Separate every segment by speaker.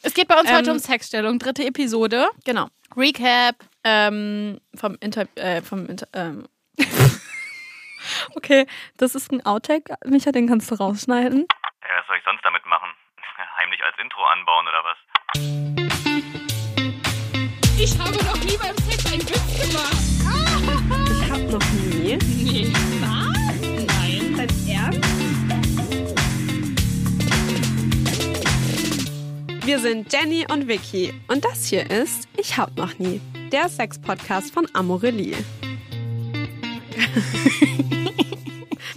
Speaker 1: Es geht bei uns heute
Speaker 2: Ähm,
Speaker 1: um Sexstellung, dritte Episode.
Speaker 2: Genau.
Speaker 1: Recap.
Speaker 2: Ähm, vom Inter. Äh, vom Inter ähm. okay, das ist ein Outtake. Micha, den kannst du rausschneiden.
Speaker 3: Ja, was soll ich sonst damit machen? Heimlich als Intro anbauen oder was?
Speaker 4: Ich habe noch nie beim Sex einen Witz gemacht. Ich habe noch nie. Nee. Was? Nein. Dein Ernst?
Speaker 5: Wir sind Jenny und Vicky und das hier ist Ich hab noch nie, der Sex-Podcast von Amorelie.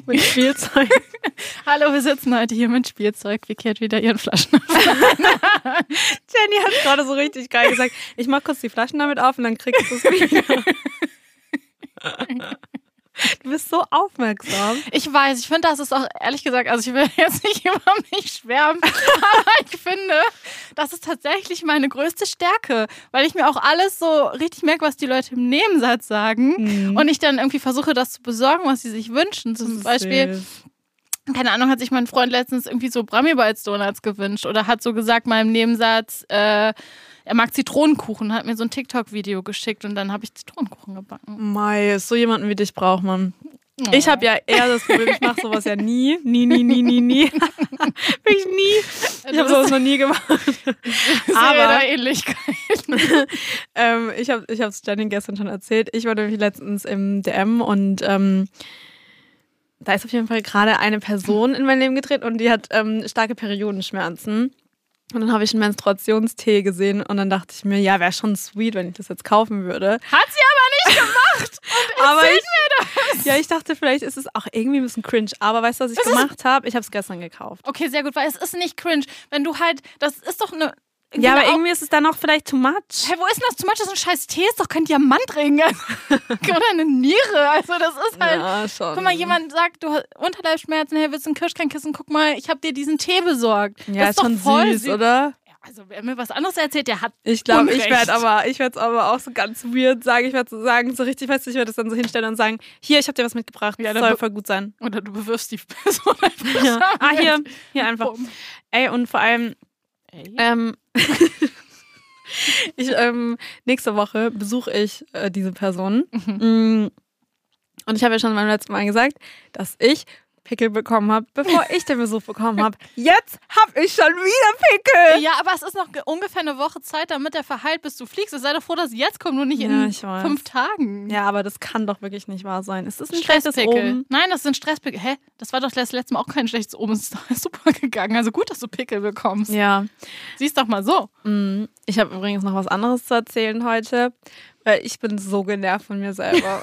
Speaker 2: Mit Spielzeug.
Speaker 1: Hallo, wir sitzen heute hier mit Spielzeug. Vicky hat wieder ihren Flaschen.
Speaker 2: Jenny hat gerade so richtig geil gesagt. Ich mach kurz die Flaschen damit auf und dann kriegst du es wieder. Du bist so aufmerksam.
Speaker 1: Ich weiß, ich finde, das ist auch, ehrlich gesagt, also ich will jetzt nicht über mich schwärmen, aber ich finde, das ist tatsächlich meine größte Stärke, weil ich mir auch alles so richtig merke, was die Leute im Nebensatz sagen und ich dann irgendwie versuche, das zu besorgen, was sie sich wünschen. Zum Beispiel, keine Ahnung, hat sich mein Freund letztens irgendwie so Brammy als Donuts gewünscht oder hat so gesagt, meinem Nebensatz, äh, er mag Zitronenkuchen, hat mir so ein TikTok-Video geschickt und dann habe ich Zitronenkuchen gebacken.
Speaker 2: Mai, so jemanden wie dich braucht man. Ich habe ja eher das Problem, ich mache sowas ja nie. Nie, nie, nie, nie, nie. Wirklich nie. Ich habe sowas noch nie gemacht.
Speaker 1: aber
Speaker 2: aber-
Speaker 1: Ähnlichkeit.
Speaker 2: Ähm, ich habe ich es Jenny gestern schon erzählt. Ich war nämlich letztens im DM und ähm, da ist auf jeden Fall gerade eine Person in mein Leben getreten und die hat ähm, starke Periodenschmerzen. Und dann habe ich einen Menstruationstee gesehen und dann dachte ich mir, ja, wäre schon sweet, wenn ich das jetzt kaufen würde.
Speaker 1: Hat sie aber nicht
Speaker 2: aber ich, Ja, ich dachte, vielleicht ist es auch irgendwie ein bisschen cringe. Aber weißt du, was ich gemacht habe? Ich habe es gestern gekauft.
Speaker 1: Okay, sehr gut, weil es ist nicht cringe. Wenn du halt, das ist doch eine.
Speaker 2: Ja, aber
Speaker 1: eine Au-
Speaker 2: irgendwie ist es dann auch vielleicht too much.
Speaker 1: Hä, wo ist denn das zum Beispiel so ein scheiß Tee? Ist doch kein Diamantring. Oder eine Niere. Also, das ist halt.
Speaker 2: schon.
Speaker 1: Guck mal, jemand sagt, du hast Unterleibschmerzen, hey, willst du ein Kirschkernkissen? Guck mal, ich habe dir diesen Tee besorgt.
Speaker 2: Ja,
Speaker 1: das
Speaker 2: ist schon süß, oder?
Speaker 1: Ja, Also, wer mir was anderes erzählt, der hat.
Speaker 2: Ich glaube, ich
Speaker 1: Unrecht.
Speaker 2: werde aber, ich werde es aber auch so ganz weird sagen. Ich werde so sagen, so richtig, weißt du, ich werde es dann so hinstellen und sagen, hier, ich habe dir was mitgebracht.
Speaker 1: Ja,
Speaker 2: Ja,
Speaker 1: dann
Speaker 2: das soll
Speaker 1: be-
Speaker 2: voll gut sein.
Speaker 1: Oder du bewirfst die Person einfach.
Speaker 2: Ja. Ah, hier, hier einfach.
Speaker 1: Bumm.
Speaker 2: Ey, und vor allem,
Speaker 1: Ey.
Speaker 2: ähm, ich, ähm, nächste Woche besuche ich äh, diese Person. Mm. Und ich habe ja schon beim letzten Mal gesagt, dass ich Pickel bekommen habe, bevor ich den Besuch bekommen habe. Jetzt habe ich schon wieder Pickel.
Speaker 1: Äh, Ja, aber es ist noch ge- ungefähr eine Woche Zeit, damit er verheilt, bis du fliegst. Sei doch froh, dass es jetzt kommt und nicht
Speaker 2: Ja,
Speaker 1: in
Speaker 2: ich weiß.
Speaker 1: fünf Tagen.
Speaker 2: Ja, aber das kann doch wirklich nicht wahr sein. Ist das ein schlechtes Um.
Speaker 1: Stresspickel.
Speaker 2: Omen?
Speaker 1: Nein, das sind Stresspickel. Hä? Das war doch das letzte Mal auch kein schlechtes Omen. Es ist doch super gegangen. Also gut, dass du Pickel bekommst.
Speaker 2: Ja.
Speaker 1: Siehst doch mal so.
Speaker 2: Mm, Ich habe übrigens noch was anderes zu erzählen heute, weil ich bin so genervt von mir selber.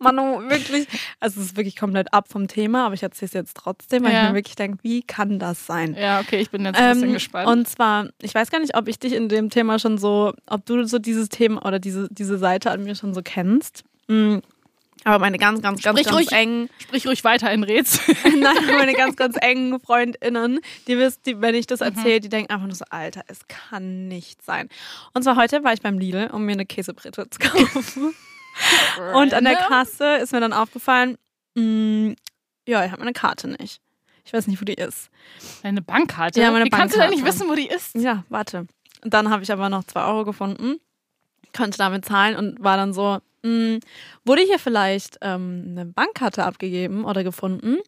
Speaker 2: Manu, wirklich. Also es ist wirklich komplett ab vom Thema, aber ich erzähle es jetzt trotzdem, weil
Speaker 1: Ja.
Speaker 2: ich mir wirklich denke, wie kann das sein?
Speaker 1: Ja, okay, ich bin jetzt ein bisschen
Speaker 2: Ähm,
Speaker 1: gespannt.
Speaker 2: Und zwar, ich weiß gar nicht, ob ich dich in dem Thema schon so, ob du so dieses Thema oder diese, diese Seite an mir schon so kennst. Mm, Aber meine ganz, ganz, ganz,
Speaker 1: Sprich
Speaker 2: ganz
Speaker 1: ruhig.
Speaker 2: engen
Speaker 1: Sprich ruhig weiter in Rätsel.
Speaker 2: Nein, meine ganz, ganz engen FreundInnen, die wissen, die, wenn ich das erzähle, die denken einfach nur so, Alter, es kann nicht sein. Und zwar heute war ich beim Lidl, um mir eine Käsebrette zu kaufen. Und
Speaker 1: Ne?
Speaker 2: an der Kasse ist mir dann aufgefallen, mh, ja, ich habe meine Karte nicht. Ich weiß nicht, wo die ist.
Speaker 1: Deine Bankkarte?
Speaker 2: Ja, meine
Speaker 1: Wie kannst du denn nicht
Speaker 2: Bankkarte.
Speaker 1: wissen, wo die ist?
Speaker 2: Ja, warte. Und dann habe ich aber noch zwei Euro gefunden, konnte damit zahlen und war dann so, mh, wurde hier vielleicht ähm, eine Bankkarte abgegeben oder gefunden?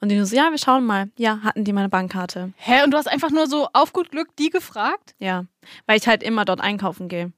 Speaker 2: Und die nur so, ja, wir schauen mal. Ja, hatten die meine Bankkarte.
Speaker 1: Hä? Und du hast einfach nur so auf gut Glück die gefragt?
Speaker 2: Ja, weil ich halt immer dort einkaufen gehe.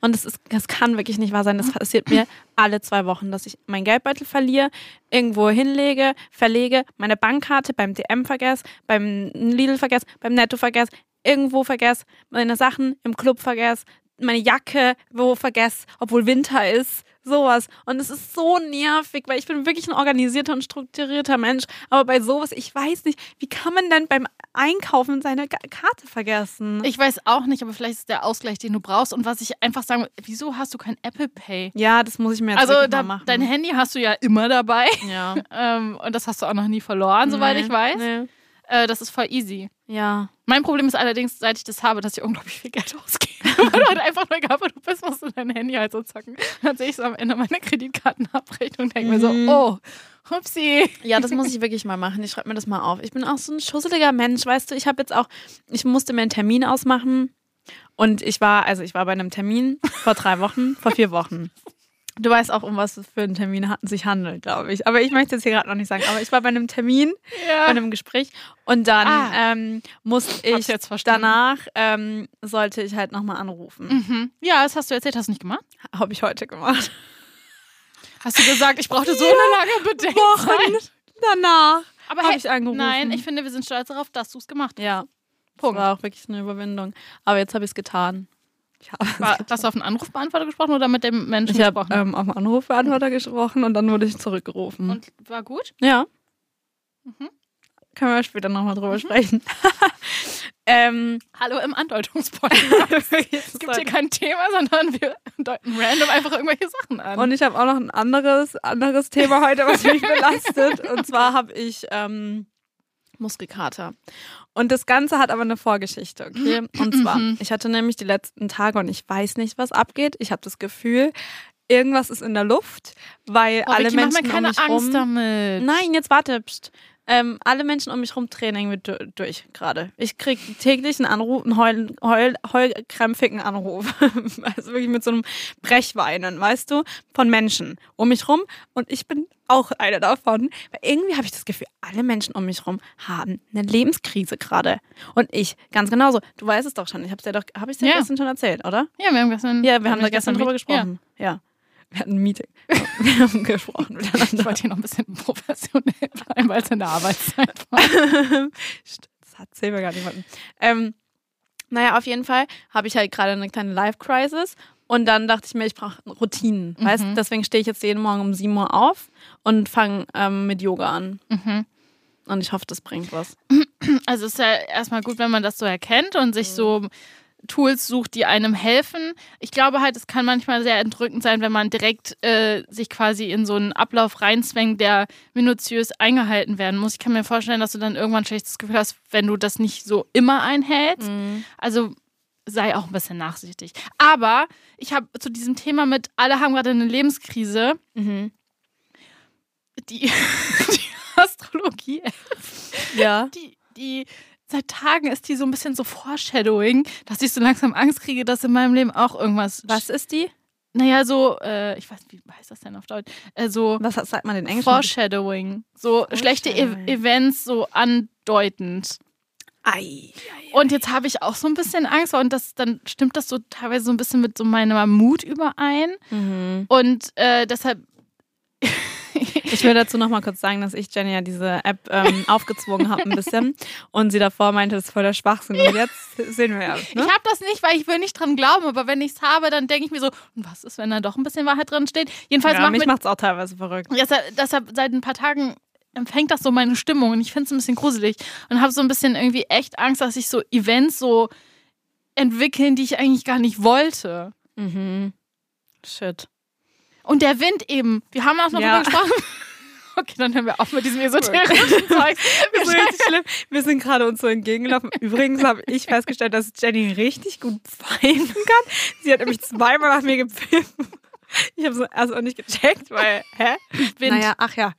Speaker 2: Und es ist, das kann wirklich nicht wahr sein. Das passiert mir alle zwei Wochen, dass ich meinen Geldbeutel verliere, irgendwo hinlege, verlege, meine Bankkarte beim DM vergesse, beim Lidl vergesse, beim Netto vergesse, irgendwo vergesse, meine Sachen im Club vergesse, meine Jacke wo vergesse, obwohl Winter ist, sowas. Und es ist so nervig, weil ich bin wirklich ein organisierter und strukturierter Mensch. Aber bei sowas, ich weiß nicht, wie kann man denn beim Einkaufen seine Ga- Karte vergessen?
Speaker 1: Ich weiß auch nicht, aber vielleicht ist es der Ausgleich, den du brauchst. Und was ich einfach sagen will, wieso hast du kein Apple Pay?
Speaker 2: Ja, das muss ich mir jetzt
Speaker 1: Also
Speaker 2: wirklich
Speaker 1: da,
Speaker 2: mal machen.
Speaker 1: dein Handy hast du ja immer dabei.
Speaker 2: ja.
Speaker 1: Ähm, und das hast du auch noch nie verloren, soweit
Speaker 2: Nee,
Speaker 1: ich weiß.
Speaker 2: nee.
Speaker 1: Äh, das ist voll easy.
Speaker 2: Ja.
Speaker 1: Mein Problem ist allerdings, seit ich das habe, dass ich unglaublich viel Geld ausgebe. Weil du halt einfach nur egal, wo du bist, musst du dein Handy halt so zocken. Dann sehe ich so am Ende meine Kreditkartenabrechnung und denke mir so,
Speaker 2: Mhm.
Speaker 1: oh, Hupsi.
Speaker 2: Ja, das muss ich wirklich mal machen. Ich schreibe mir das mal auf. Ich bin auch so ein schusseliger Mensch, weißt du. Ich habe jetzt auch, ich musste mir einen Termin ausmachen und ich war, also ich war bei einem Termin vor drei Wochen, vor vier Wochen. Du weißt auch, um was es für einen Termin hat- sich handelt, glaube ich. Aber ich möchte jetzt hier gerade noch nicht sagen. Aber ich war bei einem Termin, bei einem Gespräch und dann
Speaker 1: Ah.
Speaker 2: ähm, musste
Speaker 1: Hab's
Speaker 2: ich
Speaker 1: jetzt verstanden.
Speaker 2: danach ähm, sollte ich halt nochmal anrufen.
Speaker 1: Mhm. Ja, das hast du erzählt, hast du nicht gemacht?
Speaker 2: Habe ich heute gemacht.
Speaker 1: Hast du gesagt, ich brauchte so eine lange Bedenkzeit?
Speaker 2: Danach.
Speaker 1: Aber
Speaker 2: Hab
Speaker 1: hey,
Speaker 2: ich angerufen.
Speaker 1: Nein, ich finde, wir sind stolz darauf, dass du es gemacht hast.
Speaker 2: Ja. Punkt. War auch wirklich eine Überwindung. Aber jetzt habe ich es getan. Ich habe
Speaker 1: War, hast du auf einen Anrufbeantworter gesprochen oder mit dem Menschen
Speaker 2: Ich habe
Speaker 1: gesprochen?
Speaker 2: ähm, auf den Anrufbeantworter gesprochen und dann wurde ich zurückgerufen.
Speaker 1: Und war gut?
Speaker 2: ja.
Speaker 1: Mhm.
Speaker 2: Können wir später nochmal drüber sprechen. ähm,
Speaker 1: Hallo im Andeutungspodcast. es gibt hier kein Thema, sondern wir deuten random einfach irgendwelche Sachen an.
Speaker 2: und ich habe auch noch ein anderes, anderes Thema heute, was mich belastet. Und zwar habe ich ähm, Muskelkater. Und das Ganze hat aber eine Vorgeschichte, okay?
Speaker 1: Mhm.
Speaker 2: Und zwar, ich hatte nämlich die letzten Tage und ich weiß nicht, was abgeht. Ich habe das Gefühl, irgendwas ist in der Luft, weil
Speaker 1: Boah,
Speaker 2: alle
Speaker 1: Oh, Vicky,
Speaker 2: Menschen
Speaker 1: mach mir keine
Speaker 2: um mich
Speaker 1: Angst
Speaker 2: rum,
Speaker 1: damit.
Speaker 2: Nein, jetzt warte. Pst. Ähm, alle Menschen um mich rum drehen irgendwie du- durch gerade. Ich krieg täglich einen Anruf, einen heul, heul, heulkrämpfigen Anruf. also wirklich mit so einem Brechweinen, weißt du, von Menschen um mich rum. Und ich bin auch eine davon. Weil irgendwie habe ich das Gefühl, alle Menschen um mich rum haben eine Lebenskrise gerade. Und ich ganz genauso. Du weißt es doch schon. Ich habe es dir doch, habe ich dir
Speaker 1: Ja.
Speaker 2: gestern schon erzählt, oder?
Speaker 1: Ja, wir haben gestern.
Speaker 2: Ja, wir Hm. haben da
Speaker 1: wir
Speaker 2: gestern drüber gesprochen. Ja. Wir hatten ein Meeting. Wir haben gesprochen
Speaker 1: Ja.
Speaker 2: miteinander.
Speaker 1: Ich wollte hier noch ein bisschen professionell bleiben, weil es in der Arbeitszeit war.
Speaker 2: Stimmt, das hat Silber gar nicht wollten. Ähm, naja, auf jeden Fall habe ich halt gerade eine kleine Life-Crisis und dann dachte ich mir, ich brauche Routinen. Weißt du, deswegen stehe ich jetzt jeden Morgen um 7 Uhr auf und fange ähm, mit Yoga an. Und ich hoffe, das bringt was.
Speaker 1: Also es ist ja erstmal gut, wenn man das so erkennt und sich so Tools sucht, die einem helfen. Ich glaube halt, es kann manchmal sehr entrückend sein, wenn man direkt äh, sich quasi in so einen Ablauf reinzwängt, der minutiös eingehalten werden muss. Ich kann mir vorstellen, dass du dann irgendwann ein schlechtes Gefühl hast, wenn du das nicht so immer einhältst.
Speaker 2: Mm.
Speaker 1: Also sei auch ein bisschen nachsichtig. Aber ich habe zu diesem Thema mit, alle haben gerade eine Lebenskrise,
Speaker 2: Mhm.
Speaker 1: die, die Astrologie
Speaker 2: Ja.
Speaker 1: die, die seit Tagen ist die so ein bisschen so Foreshadowing, dass ich so langsam Angst kriege, dass in meinem Leben auch irgendwas.
Speaker 2: Was ist die?
Speaker 1: Naja, so, äh, ich weiß, wie heißt das denn auf Deutsch? Äh, so
Speaker 2: Was sagt man in Englisch?
Speaker 1: Foreshadowing. So schlechte e
Speaker 2: Foreshadowing.
Speaker 1: Events so andeutend.
Speaker 2: Ei.
Speaker 1: Und jetzt habe ich auch so ein bisschen Angst und das, dann stimmt das so teilweise so ein bisschen mit so meinem Mut überein.
Speaker 2: Mhm.
Speaker 1: Und äh, deshalb.
Speaker 2: Ich will dazu noch mal kurz sagen, dass ich Jenny ja diese App ähm, aufgezwungen habe ein bisschen und sie davor meinte, das ist voll der Schwachsinn. Und jetzt sehen wir ja.
Speaker 1: Ich
Speaker 2: Ne?
Speaker 1: habe das nicht, weil ich will nicht dran glauben, aber wenn ich es habe, dann denke ich mir so, was ist, wenn da doch ein bisschen Wahrheit drin steht? Jedenfalls
Speaker 2: ja,
Speaker 1: macht
Speaker 2: mich
Speaker 1: mir
Speaker 2: macht es auch teilweise verrückt.
Speaker 1: Deshalb, deshalb seit ein paar Tagen empfängt das so meine Stimmung und ich finde es ein bisschen gruselig und habe so ein bisschen irgendwie echt Angst, dass sich so Events so entwickeln, die ich eigentlich gar nicht wollte.
Speaker 2: Mhm. Shit.
Speaker 1: Und der Wind eben. Wir haben auch noch
Speaker 2: Ja.
Speaker 1: drüber gesprochen. Okay, dann hören wir auf mit diesem esoterischen Zeug.
Speaker 2: Das ist richtig schlimm. Wir sind gerade uns so entgegengelaufen. Übrigens habe ich festgestellt, dass Jenny richtig gut pfeifen kann. Sie hat nämlich zweimal nach mir gepfiffen. Ich habe es erst auch nicht gecheckt, weil, hä?
Speaker 1: Wind.
Speaker 2: ach ja.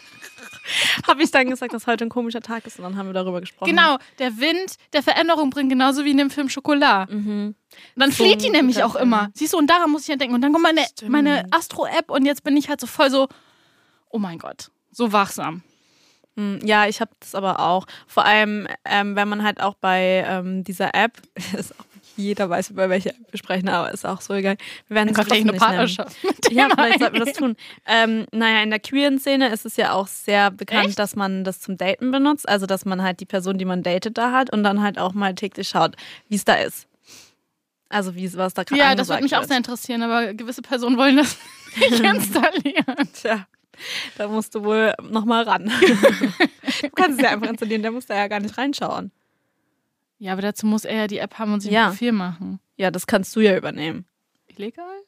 Speaker 2: habe ich dann gesagt, dass heute ein komischer Tag ist und dann haben wir darüber gesprochen.
Speaker 1: Genau, der Wind der Veränderung bringt, genauso wie in dem Film Schokolade.
Speaker 2: Mhm.
Speaker 1: Dann
Speaker 2: So
Speaker 1: flieht die
Speaker 2: ein
Speaker 1: nämlich
Speaker 2: guter
Speaker 1: auch immer. Siehst du, und daran muss ich ja denken. Und dann kommt meine,
Speaker 2: Stimmt.
Speaker 1: meine Astro-App und jetzt bin ich halt so voll so, oh mein Gott, so wachsam.
Speaker 2: Mm, Ja, ich habe das aber auch. Vor allem, ähm, wenn man halt auch bei ähm, dieser App, ist auch, jeder weiß, über welche App wir sprechen, aber ist auch so egal. Wir werden es
Speaker 1: Gott,
Speaker 2: trotzdem
Speaker 1: eine
Speaker 2: nicht nennen.
Speaker 1: Partnerschaft.
Speaker 2: Ja, vielleicht sollten wir das tun. Ähm, naja, in der queeren Szene ist es ja auch sehr bekannt,
Speaker 1: Echt?
Speaker 2: dass man das zum Daten benutzt. Also, dass man halt die Person, die man datet, da hat und dann halt auch mal täglich schaut, wie es da ist. Also, wie es was da gerade
Speaker 1: Ja, das
Speaker 2: angesagt
Speaker 1: würde mich auch
Speaker 2: wird.
Speaker 1: sehr interessieren, aber gewisse Personen wollen das nicht installieren.
Speaker 2: Tja, da musst du wohl nochmal ran. du kannst es ja einfach installieren, da musst du ja gar nicht reinschauen.
Speaker 1: Ja, aber dazu muss er ja die App haben und sich
Speaker 2: Ja.
Speaker 1: ein Profil machen.
Speaker 2: Ja, das kannst du ja übernehmen.
Speaker 1: Illegal?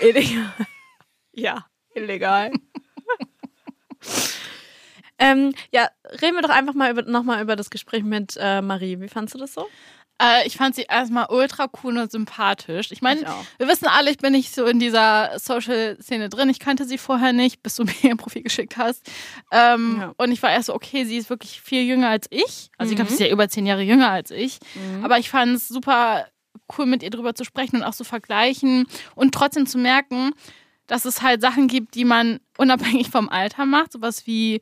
Speaker 2: illegal. Ja, illegal. ähm, ja, reden wir doch einfach mal über, nochmal über das Gespräch mit äh, Marie. Wie fandst du das so?
Speaker 1: Äh, ich fand sie erstmal ultra cool und sympathisch. Ich meine,
Speaker 2: Ich auch.
Speaker 1: wir wissen alle, ich bin nicht so in dieser Social-Szene drin. Ich kannte sie vorher nicht, bis du mir ihr Profil geschickt hast. Ähm,
Speaker 2: Ja.
Speaker 1: Und ich war erst so, okay, sie ist wirklich viel jünger als ich. Also ich glaube, sie ist ja über zehn Jahre jünger als ich.
Speaker 2: Mhm.
Speaker 1: Aber ich fand es super cool, mit ihr drüber zu sprechen und auch zu vergleichen und trotzdem zu merken, dass es halt Sachen gibt, die man unabhängig vom Alter macht. Sowas wie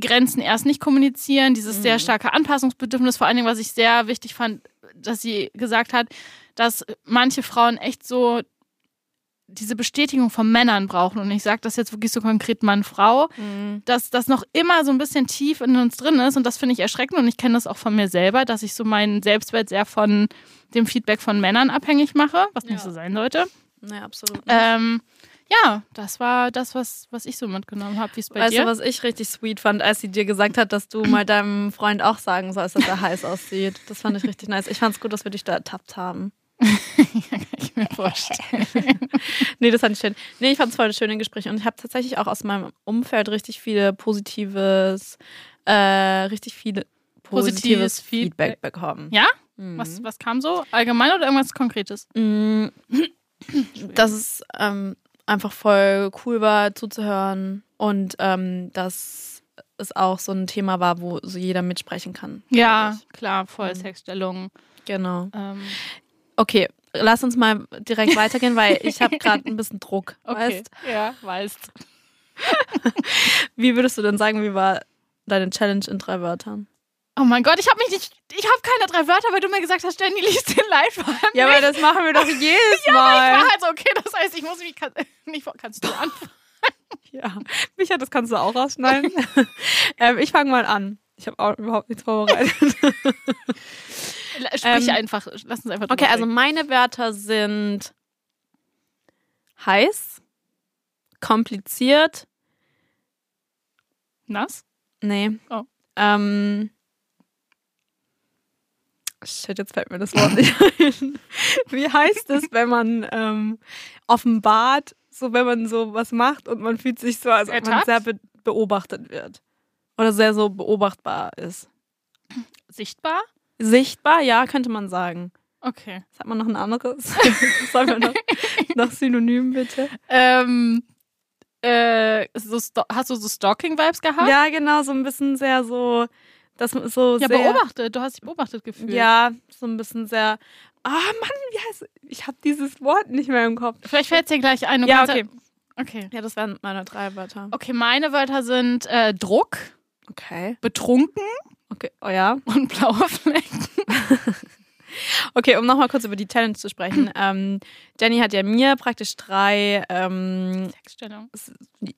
Speaker 1: Grenzen erst nicht kommunizieren, dieses sehr starke Anpassungsbedürfnis, vor allen Dingen, was ich sehr wichtig fand, dass sie gesagt hat, dass manche Frauen echt so diese Bestätigung von Männern brauchen. Und ich sage das jetzt wirklich so konkret Mann-Frau,
Speaker 2: Mhm.
Speaker 1: dass das noch immer so ein bisschen tief in uns drin ist. Und das finde ich erschreckend. Und ich kenne das auch von mir selber, dass ich so meinen Selbstwert sehr von dem Feedback von Männern abhängig mache, was
Speaker 2: Ja.
Speaker 1: nicht so sein sollte.
Speaker 2: Ja, absolut.
Speaker 1: Ähm, ja, das war das, was, was ich so mitgenommen habe. Wie es bei
Speaker 2: weißt
Speaker 1: dir?
Speaker 2: du, was ich richtig sweet fand, als sie dir gesagt hat, dass du mal deinem Freund auch sagen sollst, dass er heiß aussieht? Das fand ich richtig nice. Ich fand's gut, dass wir dich da ertappt haben.
Speaker 1: kann ich mir vorstellen.
Speaker 2: Nee, das fand ich schön. Nee, ich fand's voll das schöne Gespräch. Und ich habe tatsächlich auch aus meinem Umfeld richtig viele positives, äh, richtig viele positives,
Speaker 1: Positives
Speaker 2: Feedback,
Speaker 1: Feedback.
Speaker 2: bekommen.
Speaker 1: Ja?
Speaker 2: Mhm.
Speaker 1: Was, was kam so? Allgemein oder irgendwas Konkretes?
Speaker 2: Mm, dass es ähm, einfach voll cool war zuzuhören und ähm, dass es auch so ein Thema war, wo so jeder mitsprechen kann.
Speaker 1: Ja,
Speaker 2: glaub
Speaker 1: klar,
Speaker 2: Mhm.
Speaker 1: voll Sexstellung.
Speaker 2: ich. Genau.
Speaker 1: Ähm,
Speaker 2: Okay, lass uns mal direkt weitergehen, weil ich habe gerade ein bisschen Druck.
Speaker 1: okay.
Speaker 2: Weißt?
Speaker 1: Ja, weißt.
Speaker 2: Wie würdest du denn sagen, wie war deine Challenge in drei Wörtern?
Speaker 1: Oh mein Gott, ich habe mich nicht. Ich habe keine drei Wörter, weil du mir gesagt hast, Jenny liest den live an.
Speaker 2: Ja, weil das machen wir doch jedes
Speaker 1: Ich
Speaker 2: Mal.
Speaker 1: war halt so, okay, das heißt, ich muss mich kann, nicht vor. Kannst du anfangen?
Speaker 2: Ja, Micha, das kannst du auch rausschneiden. ähm, ich fange mal an. Ich habe auch überhaupt nichts vorbereitet.
Speaker 1: Sprich
Speaker 2: Ähm,
Speaker 1: einfach. Lass uns einfach. drüber
Speaker 2: Okay, also
Speaker 1: reden.
Speaker 2: meine Wörter sind heiß, kompliziert,
Speaker 1: nass.
Speaker 2: nee.
Speaker 1: Oh.
Speaker 2: Ähm, shit, jetzt fällt mir das Wort nicht ein. Wie heißt es, wenn man ähm, offenbart, so wenn man so was macht und man fühlt sich so, als ob man
Speaker 1: Ertappt?
Speaker 2: sehr be beobachtet wird oder sehr so beobachtbar ist.
Speaker 1: Sichtbar.
Speaker 2: Sichtbar, ja, könnte man sagen.
Speaker 1: Okay.
Speaker 2: Sagt man noch ein anderes? Sagen wir noch, noch Synonym, bitte?
Speaker 1: Ähm, äh, so, sto- hast du so Stalking-Vibes gehabt?
Speaker 2: Ja, genau, so ein bisschen sehr so, das ist so
Speaker 1: Ja,
Speaker 2: sehr,
Speaker 1: beobachtet. Du hast dich beobachtet gefühlt.
Speaker 2: Ja, so ein bisschen sehr, ah Mann, wie heißt, ich habe dieses Wort nicht mehr im Kopf.
Speaker 1: Vielleicht fällt es dir gleich ein. Du
Speaker 2: Ja,
Speaker 1: kannst
Speaker 2: okay.
Speaker 1: okay.
Speaker 2: Ja, das wären meine drei Wörter.
Speaker 1: Okay, meine Wörter sind äh, Druck,
Speaker 2: Okay.
Speaker 1: betrunken
Speaker 2: Okay, oh ja.
Speaker 1: und blaue Flecken.
Speaker 2: Okay, um nochmal kurz über die Challenge zu sprechen. ähm, Jenny hat ja mir praktisch drei ähm,
Speaker 1: Sexstellung.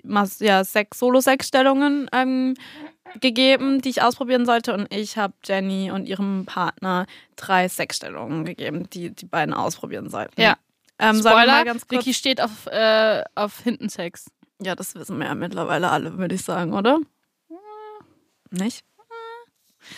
Speaker 2: Mas- ja, sechs Solo-Sechsstellungen ähm, gegeben, die ich ausprobieren sollte. Und ich habe Jenny und ihrem Partner drei Sexstellungen gegeben, die die beiden ausprobieren sollten.
Speaker 1: Ja.
Speaker 2: Ähm, sagen wir mal
Speaker 1: Spoiler,
Speaker 2: ganz kurz.
Speaker 1: Ricky steht auf, äh, auf hinten Sex.
Speaker 2: Ja, das wissen wir ja mittlerweile alle, würde ich sagen, oder? Nicht?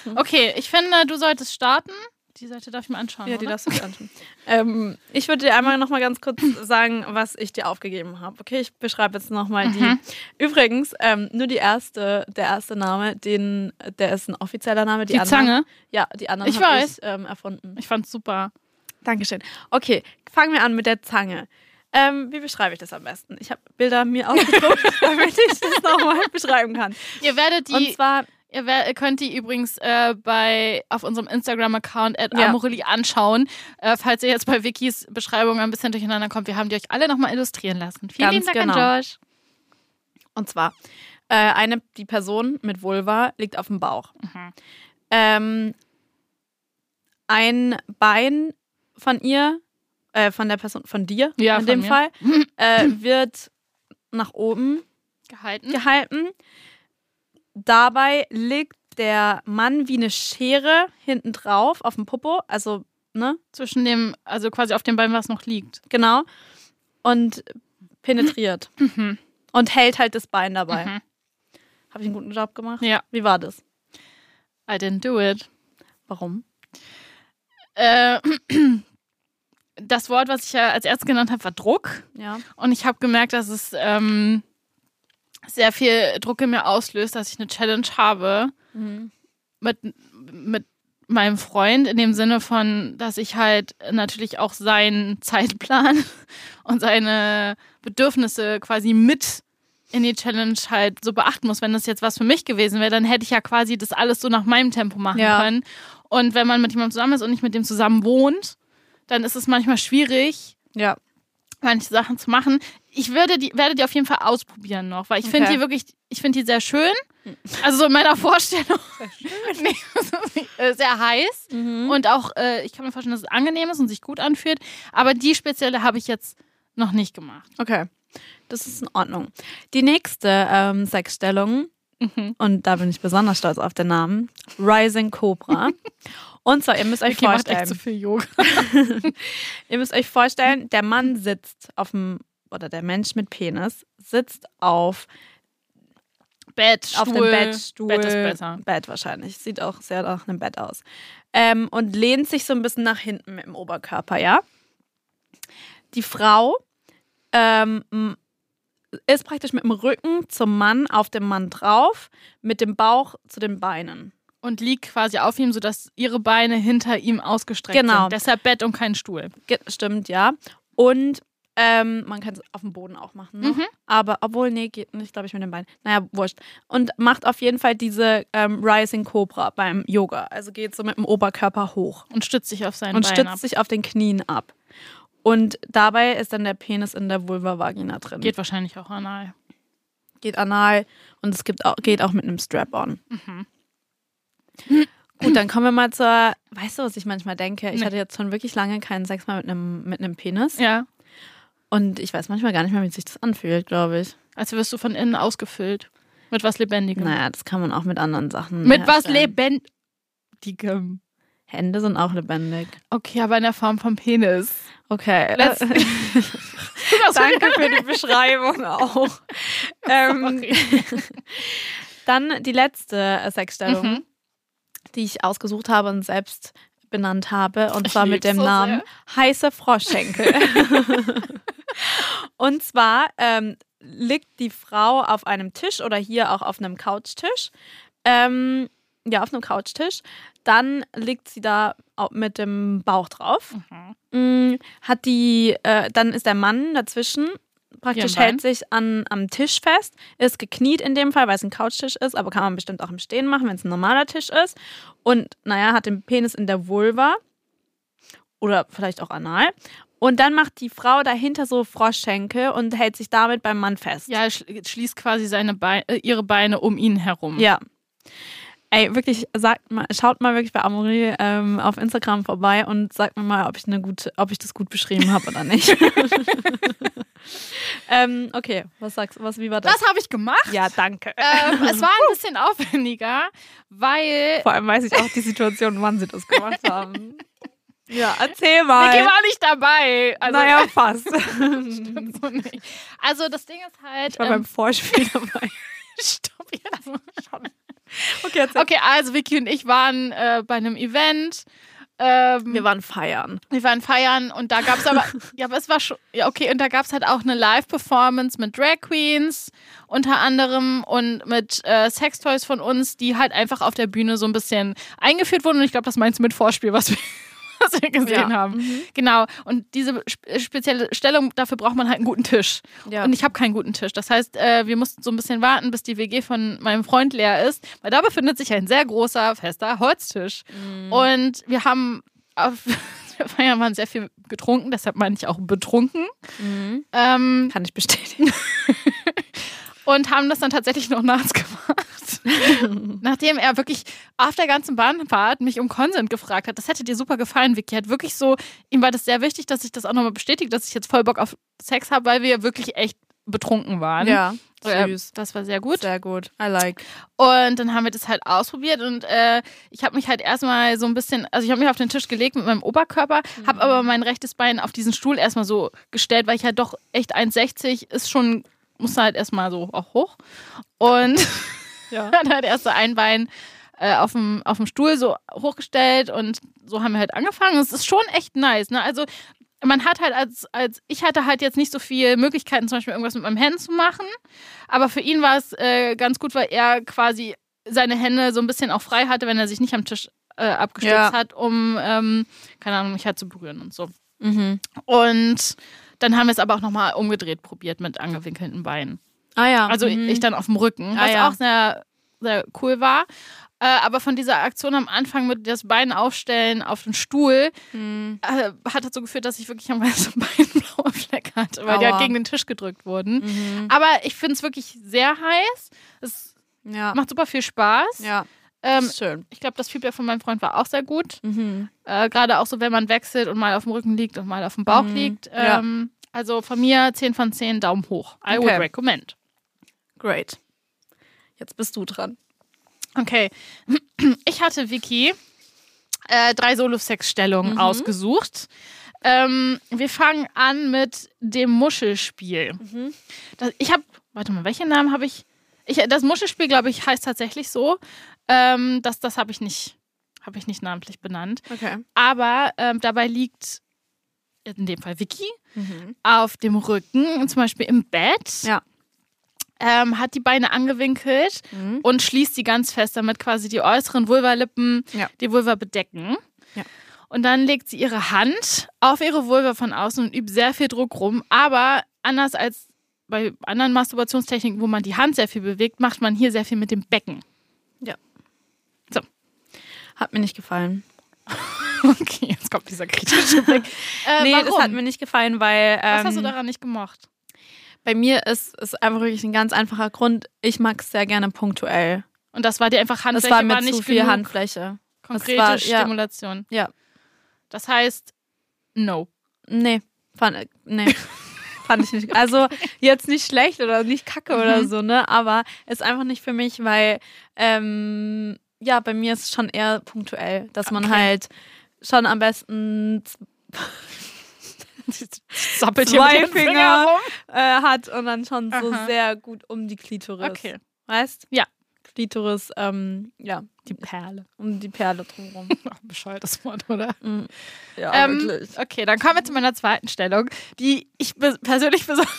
Speaker 2: Mhm.
Speaker 1: Okay, ich finde, du solltest starten. Die Seite darf ich mir anschauen.
Speaker 2: Ja, die
Speaker 1: oder?
Speaker 2: darfst du nicht anschauen. ähm, ich würde dir einmal nochmal ganz kurz sagen, was ich dir aufgegeben habe. Okay, ich beschreibe jetzt nochmal die. Übrigens, ähm, nur die erste, der erste Name, den, der ist ein offizieller Name. Die,
Speaker 1: Die
Speaker 2: anderen,
Speaker 1: Zange?
Speaker 2: Ja, die anderen
Speaker 1: Ich
Speaker 2: habe ich
Speaker 1: weiß.
Speaker 2: ähm, erfunden.
Speaker 1: Ich fand's super.
Speaker 2: Dankeschön. Okay, fangen wir an mit der Zange. Ähm, wie beschreibe ich das am besten? Ich habe Bilder mir ausgedruckt, damit ich das nochmal beschreiben kann.
Speaker 1: Ihr werdet
Speaker 2: Und
Speaker 1: die,
Speaker 2: zwar
Speaker 1: ihr wer, ihr könnt die übrigens äh, bei auf unserem Instagram-Account at
Speaker 2: Ja.
Speaker 1: Amorelie anschauen. Äh, falls ihr jetzt bei Vickys Beschreibung ein bisschen durcheinander kommt, wir haben die euch alle nochmal illustrieren lassen. Vielen
Speaker 2: Ganz
Speaker 1: lieben Dank
Speaker 2: genau.
Speaker 1: an Josh.
Speaker 2: Und zwar, äh, eine, die Person mit Vulva liegt auf dem Bauch.
Speaker 1: Mhm.
Speaker 2: Ähm, ein Bein von ihr, äh, von der Person, von dir
Speaker 1: Ja,
Speaker 2: in
Speaker 1: von
Speaker 2: dem
Speaker 1: mir.
Speaker 2: Fall, äh, wird nach oben
Speaker 1: Gehalten.
Speaker 2: gehalten. Dabei liegt der Mann wie eine Schere hinten drauf auf dem Popo, also, ne,
Speaker 1: Zwischen dem, also quasi auf dem Bein, was noch liegt.
Speaker 2: genau, und penetriert. Und hält halt das Bein dabei.
Speaker 1: Mhm.
Speaker 2: Habe ich einen guten Job gemacht?
Speaker 1: Ja.
Speaker 2: Wie war das?
Speaker 1: I didn't do it.
Speaker 2: Warum?
Speaker 1: Äh, das Wort, was ich ja als erstes genannt habe, war Druck.
Speaker 2: Ja.
Speaker 1: Und ich habe gemerkt, dass es ähm, sehr viel Druck in mir auslöst, dass ich eine Challenge habe mit, mit meinem Freund in dem Sinne von, dass ich halt natürlich auch seinen Zeitplan und seine Bedürfnisse quasi mit in die Challenge halt so beachten muss. Wenn das jetzt was für mich gewesen wäre, dann hätte ich ja quasi das alles so nach meinem Tempo machen
Speaker 2: Ja.
Speaker 1: können. Und wenn man mit jemandem zusammen ist und nicht mit dem zusammen wohnt, dann ist es manchmal schwierig,
Speaker 2: Ja.
Speaker 1: manche Sachen zu machen. Ich würde die, werde die auf jeden Fall ausprobieren noch, weil ich finde
Speaker 2: Okay.
Speaker 1: die wirklich, ich finde die sehr schön. Also so in meiner Vorstellung. Nee, äh, sehr heiß. Und auch, äh, ich kann mir vorstellen, dass es angenehm ist und sich gut anfühlt. Aber die spezielle habe ich jetzt noch nicht gemacht.
Speaker 2: Okay. Das ist in Ordnung. Die nächste ähm, Sexstellung,
Speaker 1: Mhm.
Speaker 2: und da bin ich besonders stolz auf den Namen, Rising Cobra. und zwar, ihr müsst euch
Speaker 1: Vicky macht echt
Speaker 2: vorstellen.
Speaker 1: zu viel Yoga.
Speaker 2: Ihr müsst euch vorstellen, der Mann sitzt auf dem, oder der Mensch mit Penis sitzt auf,
Speaker 1: Bett, Stuhl.
Speaker 2: auf dem Bettstuhl.
Speaker 1: Bett ist besser.
Speaker 2: Bett wahrscheinlich. Sieht auch sehr nach einem Bett aus. Ähm, und lehnt sich so ein bisschen nach hinten mit dem Oberkörper, ja? Die Frau ähm, m- ist praktisch mit dem Rücken zum Mann auf dem Mann drauf, mit dem Bauch zu den Beinen.
Speaker 1: Und liegt quasi auf ihm, sodass ihre Beine hinter ihm ausgestreckt
Speaker 2: Genau.
Speaker 1: sind. Deshalb Bett und kein Stuhl.
Speaker 2: Ge- Stimmt, ja. Und ähm, man kann es auf dem Boden auch machen. Ne?
Speaker 1: Mhm.
Speaker 2: Aber obwohl, nee, geht nicht, glaube ich, mit den Beinen. Naja, wurscht. Und macht auf jeden Fall diese ähm, Rising Cobra beim Yoga. Also geht so mit dem Oberkörper hoch
Speaker 1: Und stützt sich auf seinen
Speaker 2: und
Speaker 1: Bein
Speaker 2: stützt
Speaker 1: ab.
Speaker 2: sich auf den Knien ab. Und dabei ist dann der Penis in der Vulva-Vagina drin.
Speaker 1: Geht wahrscheinlich auch anal.
Speaker 2: geht anal und es gibt auch, geht auch mit einem Strap-on.
Speaker 1: Mhm.
Speaker 2: Gut, dann kommen wir mal zur. Weißt du, was ich manchmal denke? Ich
Speaker 1: Nee.
Speaker 2: hatte jetzt schon wirklich lange keinen Sex mehr mit einem, mit einem Penis.
Speaker 1: Ja.
Speaker 2: Und ich weiß manchmal gar nicht mehr, wie sich das anfühlt, glaube ich.
Speaker 1: Als wirst du von innen ausgefüllt. Mit was Lebendigem.
Speaker 2: Naja, das kann man auch Genau. mit anderen Sachen.
Speaker 1: Mit was
Speaker 2: herstellen.
Speaker 1: Lebendigem.
Speaker 2: Hände sind auch lebendig.
Speaker 1: Okay, aber in der Form vom Penis.
Speaker 2: Okay.
Speaker 1: Let's-
Speaker 2: Äh,
Speaker 1: Genau.
Speaker 2: Danke für die Beschreibung auch. ähm, dann die letzte äh, Sexstellung,
Speaker 1: Mhm.
Speaker 2: die ich ausgesucht habe und selbst benannt habe, und
Speaker 1: Ich
Speaker 2: zwar mit
Speaker 1: lieb's
Speaker 2: dem
Speaker 1: so
Speaker 2: Namen heiße Froschschenkel. und zwar ähm, liegt die Frau auf einem Tisch oder hier auch auf einem Couchtisch. Ähm, ja, auf einem Couchtisch. Dann liegt sie da au- mit dem Bauch drauf. Mm, Hat die, äh, dann ist der Mann dazwischen, praktisch
Speaker 1: Ihren Bein.
Speaker 2: hält sich an, am Tisch fest, ist gekniet in dem Fall, weil es ein Couchtisch ist, aber kann man bestimmt auch im Stehen machen, wenn es ein normaler Tisch ist. Und naja, hat den Penis in der Vulva oder vielleicht auch anal. Und dann macht die Frau dahinter so Froschschenkel und hält sich damit beim Mann fest.
Speaker 1: Ja, er schl- schließt quasi seine Beine, äh, ihre Beine um ihn herum.
Speaker 2: Ja. Ey, wirklich, sagt mal, schaut mal wirklich bei Amory ähm, auf Instagram vorbei und sagt mir mal, ob ich, eine gute, ob ich das gut beschrieben habe oder nicht. ähm, okay, was sagst du? Was, wie war das? Äh,
Speaker 1: Das habe ich gemacht.
Speaker 2: ja, danke.
Speaker 1: Ähm, es war ein bisschen aufwendiger, weil.
Speaker 2: Vor allem weiß ich auch die Situation, wann sie das gemacht haben. ja, erzähl
Speaker 1: Vicky
Speaker 2: mal.
Speaker 1: war nicht dabei. Also,
Speaker 2: naja, fast.
Speaker 1: stimmt so nicht. also das Ding ist halt.
Speaker 2: Ich war beim Vorspiel dabei.
Speaker 1: stopp jetzt.
Speaker 2: Okay, erzähl.
Speaker 1: Okay, also Vicky und ich waren äh, bei einem Event. Ähm,
Speaker 2: Wir waren feiern.
Speaker 1: Wir waren feiern und da gab es aber, ja, aber es war schon, ja, okay, und da gab es halt auch eine Live-Performance mit Drag Queens unter anderem und mit äh, Sextoys von uns, die halt einfach auf der Bühne so ein bisschen eingeführt wurden. Und ich glaube, das meinst du mit Vorspiel, was wir, was wir gesehen
Speaker 2: Ja.
Speaker 1: haben. Genau. Und diese sp- spezielle Stellung, dafür braucht man halt einen guten Tisch.
Speaker 2: Ja.
Speaker 1: Und ich habe keinen guten Tisch. Das heißt, äh, wir mussten so ein bisschen warten, bis die WG von meinem Freund leer ist, weil da befindet sich ein sehr großer, fester Holztisch. Und wir haben auf wir feiern waren sehr viel getrunken, deshalb meine ich auch betrunken. Ähm,
Speaker 2: Kann ich bestätigen.
Speaker 1: und haben das dann tatsächlich noch nachts gemacht. Nachdem er wirklich auf der ganzen Bahnfahrt mich um Consent gefragt hat. Das hätte dir super gefallen, Vicky. Hat wirklich so, ihm war das sehr wichtig, dass ich das auch nochmal bestätige, dass ich jetzt voll Bock auf Sex habe, weil wir wirklich echt betrunken waren. Äh,
Speaker 2: Süß.
Speaker 1: Das war sehr gut.
Speaker 2: Sehr gut. I like.
Speaker 1: Und dann haben wir das halt ausprobiert und äh, ich habe mich halt erstmal so ein bisschen, also ich habe mich auf den Tisch gelegt mit meinem Oberkörper, habe aber mein rechtes Bein auf diesen Stuhl erstmal so gestellt, weil ich halt doch echt 1,60 ist schon, muss halt erstmal so auch hoch. Und
Speaker 2: Ja.
Speaker 1: dann halt erst so ein Bein äh, auf dem auf dem Stuhl so hochgestellt und so haben wir halt angefangen. Es ist schon echt nice, ne? Also man hat halt als, als ich hatte halt jetzt nicht so viele Möglichkeiten, zum Beispiel irgendwas mit meinen Händen zu machen. Aber für ihn war es äh, ganz gut, weil er quasi seine Hände so ein bisschen auch frei hatte, wenn er sich nicht am Tisch äh, abgestürzt
Speaker 2: Ja.
Speaker 1: hat, um, ähm, keine Ahnung, mich halt zu berühren und so.
Speaker 2: Mhm.
Speaker 1: Und dann haben wir es aber auch nochmal umgedreht probiert mit angewinkelten Beinen.
Speaker 2: Ah ja.
Speaker 1: Also
Speaker 2: mhm.
Speaker 1: ich dann auf dem Rücken,
Speaker 2: Ah,
Speaker 1: was
Speaker 2: ja.
Speaker 1: auch sehr, sehr cool war. Äh, aber von dieser Aktion am Anfang mit das Bein aufstellen auf den Stuhl
Speaker 2: Mhm.
Speaker 1: äh, hat dazu geführt, dass ich wirklich am ganzen Bein blaue Fleck hatte, weil die
Speaker 2: Aua.
Speaker 1: halt gegen den Tisch gedrückt wurden.
Speaker 2: Mhm.
Speaker 1: Aber ich finde es wirklich sehr heiß. Es
Speaker 2: Ja.
Speaker 1: macht super viel Spaß.
Speaker 2: Ja.
Speaker 1: Ähm,
Speaker 2: ist schön.
Speaker 1: ich glaube, das Feedback von meinem Freund war auch sehr gut.
Speaker 2: Mhm.
Speaker 1: Äh, Gerade auch so, wenn man wechselt und mal auf dem Rücken liegt und mal auf dem Bauch
Speaker 2: Mhm.
Speaker 1: liegt.
Speaker 2: Ja.
Speaker 1: Ähm, Also von mir 10 von 10 Daumen hoch. I would
Speaker 2: Okay.
Speaker 1: recommend.
Speaker 2: Great. Jetzt bist du dran.
Speaker 1: Okay. Ich hatte Vicky äh, drei Solo-Sex-Stellungen ausgesucht. Ähm, wir fangen an mit dem Muschelspiel. Das, ich habe, warte mal, welchen Namen habe ich? ich? Das Muschelspiel, glaube ich, heißt tatsächlich so. Ähm, das das habe ich nicht, habe ich nicht namentlich benannt.
Speaker 2: Okay.
Speaker 1: Aber ähm, dabei liegt in dem Fall Vicky auf dem Rücken, zum Beispiel im Bett.
Speaker 2: Ja.
Speaker 1: Ähm, hat die Beine angewinkelt
Speaker 2: Mhm.
Speaker 1: und schließt die ganz fest, damit quasi die äußeren Vulvalippen
Speaker 2: Ja.
Speaker 1: die Vulva bedecken.
Speaker 2: Ja.
Speaker 1: Und dann legt sie ihre Hand auf ihre Vulva von außen und übt sehr viel Druck rum. Aber anders als bei anderen Masturbationstechniken, wo man die Hand sehr viel bewegt, macht man hier sehr viel mit dem Becken.
Speaker 2: Hat mir nicht gefallen.
Speaker 1: Okay, jetzt kommt dieser kritische Blick. Äh,
Speaker 2: nee,
Speaker 1: warum?
Speaker 2: das hat mir nicht gefallen, weil ähm,
Speaker 1: Was hast du daran nicht gemocht?
Speaker 2: bei mir ist es einfach wirklich ein ganz einfacher Grund. Ich mag es sehr gerne punktuell.
Speaker 1: Und das war dir einfach
Speaker 2: Das
Speaker 1: Handfläche,
Speaker 2: war mir
Speaker 1: nicht
Speaker 2: zu viel
Speaker 1: genug
Speaker 2: Handfläche.
Speaker 1: konkrete
Speaker 2: war- ja.
Speaker 1: Stimulation.
Speaker 2: Ja.
Speaker 1: Das heißt, no.
Speaker 2: Nee, fand, nee. fand ich nicht. Also jetzt nicht schlecht oder nicht kacke oder
Speaker 1: Mhm.
Speaker 2: so, ne? Aber ist einfach nicht für mich, weil ähm, ja, bei mir ist es schon eher punktuell, dass man
Speaker 1: Okay.
Speaker 2: halt schon am besten
Speaker 1: Sappelt
Speaker 2: hier mit
Speaker 1: Zwei
Speaker 2: den Finger
Speaker 1: Finger rum.
Speaker 2: äh, hat und dann schon so
Speaker 1: Aha.
Speaker 2: sehr gut um die Klitoris.
Speaker 1: Okay.
Speaker 2: Weißt?
Speaker 1: Ja.
Speaker 2: Klitoris, ähm, ja,
Speaker 1: Die Perle.
Speaker 2: um die Perle drumherum.
Speaker 1: Ach, bescheuertes Wort, oder?
Speaker 2: Mm. ja,
Speaker 1: Ähm, okay, dann kommen wir zu meiner zweiten Stellung, die ich be- persönlich besonders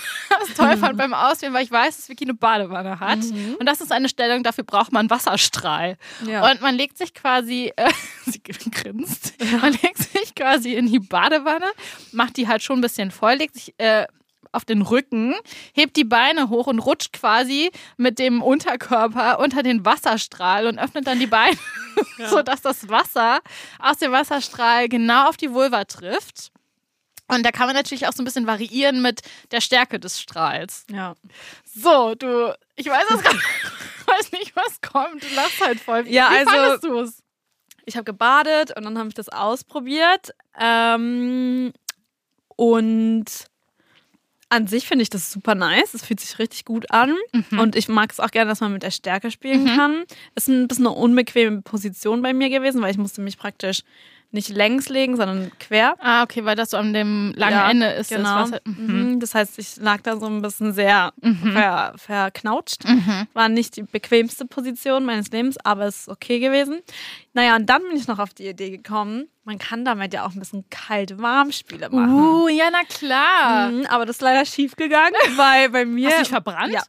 Speaker 1: toll fand beim Auswählen, weil ich weiß, dass Vicky eine Badewanne hat. Und das ist eine Stellung, dafür braucht man Wasserstrahl.
Speaker 2: Ja.
Speaker 1: Und man legt sich quasi, äh, sie grinst, man legt sich quasi in die Badewanne, macht die halt schon ein bisschen voll, legt sich äh, auf den Rücken, hebt die Beine hoch und rutscht quasi mit dem Unterkörper unter den Wasserstrahl und öffnet dann die Beine, sodass das Wasser aus dem Wasserstrahl genau auf die Vulva trifft. Und da kann man natürlich auch so ein bisschen variieren mit der Stärke des Strahls.
Speaker 2: ja.
Speaker 1: So, du, ich weiß es gar weiß nicht, was kommt. Du lachst halt voll. Wie,
Speaker 2: Ja,
Speaker 1: wie
Speaker 2: also-
Speaker 1: fandest du es?
Speaker 2: Ich habe gebadet und dann habe ich das ausprobiert. Ähm, und an sich finde ich das super nice. Es fühlt sich richtig gut an.
Speaker 1: Mhm.
Speaker 2: Und ich mag es auch gerne, dass man mit der Stärke spielen kann. Ist ein bisschen eine unbequeme Position bei mir gewesen, weil ich musste mich praktisch nicht längs legen, sondern quer.
Speaker 1: Ah, okay, weil das so an dem langen
Speaker 2: Ja,
Speaker 1: Ende ist.
Speaker 2: Genau.
Speaker 1: Das Wasser. Mhm.
Speaker 2: Mhm. Das heißt, ich lag da so ein bisschen sehr ver verknautscht.
Speaker 1: Mhm.
Speaker 2: War nicht die bequemste Position meines Lebens, aber es ist okay gewesen. Naja, und dann bin ich noch auf die Idee gekommen, man kann damit ja auch ein bisschen kalt-warm-Spiele machen.
Speaker 1: Uh, ja, na klar.
Speaker 2: Mhm, aber das ist leider schief gegangen, weil bei mir.
Speaker 1: Hast du dich verbrannt?
Speaker 2: Ja.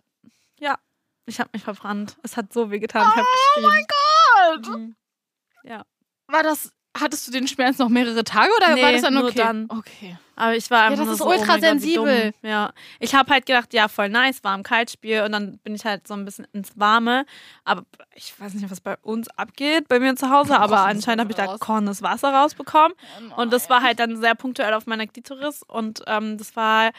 Speaker 2: Ja, ich habe mich verbrannt. Es hat so weh getan. ich hab geschrien.
Speaker 1: Oh Gott.
Speaker 2: Mhm. Ja.
Speaker 1: War das, hattest du den Schmerz noch mehrere Tage oder
Speaker 2: Nee,
Speaker 1: war das dann
Speaker 2: nur
Speaker 1: okay?
Speaker 2: dann.
Speaker 1: Okay.
Speaker 2: Aber ich war einfach
Speaker 1: das
Speaker 2: nur
Speaker 1: ist
Speaker 2: so, oh mein Gott, wie
Speaker 1: ultrasensibel.
Speaker 2: dumm. Ja, ich habe halt gedacht, ja, voll nice, warm Kaltspiel und dann bin ich halt so ein bisschen ins Warme, aber ich weiß nicht, was bei uns abgeht, bei mir zu Hause, aber
Speaker 1: Kochen ist
Speaker 2: anscheinend habe ich da
Speaker 1: raus.
Speaker 2: kochendes Wasser rausbekommen
Speaker 1: Oh
Speaker 2: und das war halt dann sehr punktuell auf meiner Klitoris und ähm, das war ein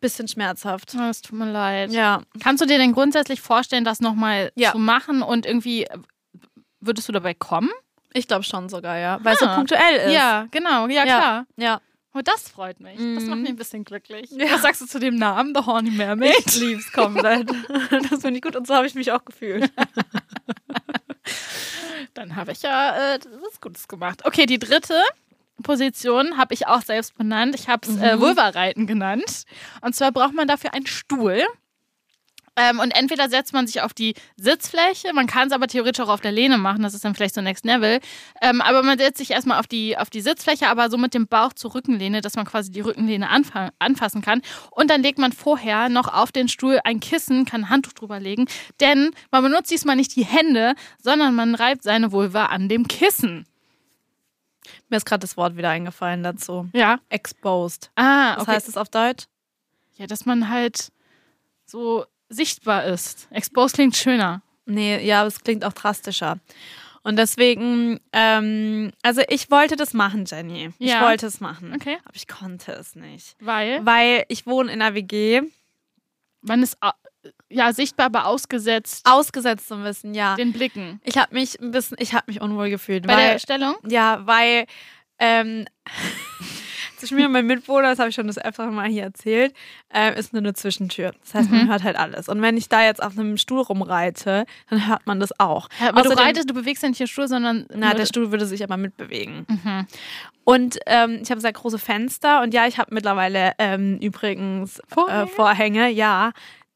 Speaker 2: bisschen schmerzhaft.
Speaker 1: Oh, Es tut mir leid.
Speaker 2: Ja,
Speaker 1: Kannst du dir denn grundsätzlich vorstellen, das nochmal
Speaker 2: Ja.
Speaker 1: zu machen und irgendwie äh, würdest du dabei kommen?
Speaker 2: ich glaube schon sogar, ja, weil es so
Speaker 1: Ah.
Speaker 2: punktuell ist.
Speaker 1: Ja, genau, ja, klar.
Speaker 2: ja.
Speaker 1: Und Oh, das freut mich. Das macht
Speaker 2: Mhm.
Speaker 1: mich ein bisschen glücklich.
Speaker 2: Ja.
Speaker 1: Was sagst du zu dem Namen, The Horny Mermaid?
Speaker 2: Ich lieb's komplett. das finde ich gut und so habe ich mich auch gefühlt.
Speaker 1: Dann habe ich ja äh, was Gutes gemacht. Okay, die dritte Position habe ich auch selbst Mhm. benannt. Ich habe es äh, Vulva-Reiten genannt. Und zwar braucht man dafür einen Stuhl. Ähm, und entweder setzt man sich auf die Sitzfläche, man kann es aber theoretisch auch auf der Lehne machen, das ist dann vielleicht so Next Level. Ähm, aber man setzt sich erstmal auf die, auf die Sitzfläche, aber so mit dem Bauch zur Rückenlehne, dass man quasi die Rückenlehne anfa anfassen kann. Und dann legt man vorher noch auf den Stuhl ein Kissen, kann ein Handtuch drüber legen, denn man benutzt diesmal nicht die Hände, sondern man reibt seine Vulva an dem Kissen.
Speaker 2: Mir ist gerade das Wort wieder eingefallen dazu.
Speaker 1: Ja.
Speaker 2: Exposed.
Speaker 1: Ah,
Speaker 2: Was
Speaker 1: okay.
Speaker 2: heißt es auf Deutsch?
Speaker 1: ja, dass man halt so sichtbar ist. Exposed klingt schöner.
Speaker 2: Nee, ja, aber es klingt auch drastischer. Und deswegen, ähm, also ich wollte das machen, Jenny.
Speaker 1: Ja.
Speaker 2: Ich wollte es machen.
Speaker 1: Okay.
Speaker 2: Aber ich konnte es nicht.
Speaker 1: Weil
Speaker 2: Weil ich wohne in einer WG,
Speaker 1: man ist au- ja sichtbar, aber ausgesetzt
Speaker 2: ausgesetzt zum Wissen, ja.
Speaker 1: den Blicken.
Speaker 2: Ich habe mich ein bisschen, ich habe mich unwohl gefühlt.
Speaker 1: Bei
Speaker 2: Ah. weil,
Speaker 1: der Stellung?
Speaker 2: Ja, weil ähm, zwischen mir und meinem Mitwohner, das habe ich schon das öfter mal hier erzählt, äh, ist nur eine Zwischentür. Das heißt,
Speaker 1: Mhm.
Speaker 2: man hört halt alles. Und wenn ich da jetzt auf einem Stuhl rumreite, dann hört man das auch.
Speaker 1: Aber du
Speaker 2: Außerdem-
Speaker 1: reitest, du bewegst ja nicht den Stuhl, sondern.
Speaker 2: Na, der Stuhl würde sich aber mitbewegen.
Speaker 1: Mhm.
Speaker 2: Und ähm, ich habe sehr große Fenster und ja, ich habe mittlerweile ähm, übrigens Vorhänge? Äh,
Speaker 1: Vorhänge?
Speaker 2: Vorhänge, ja.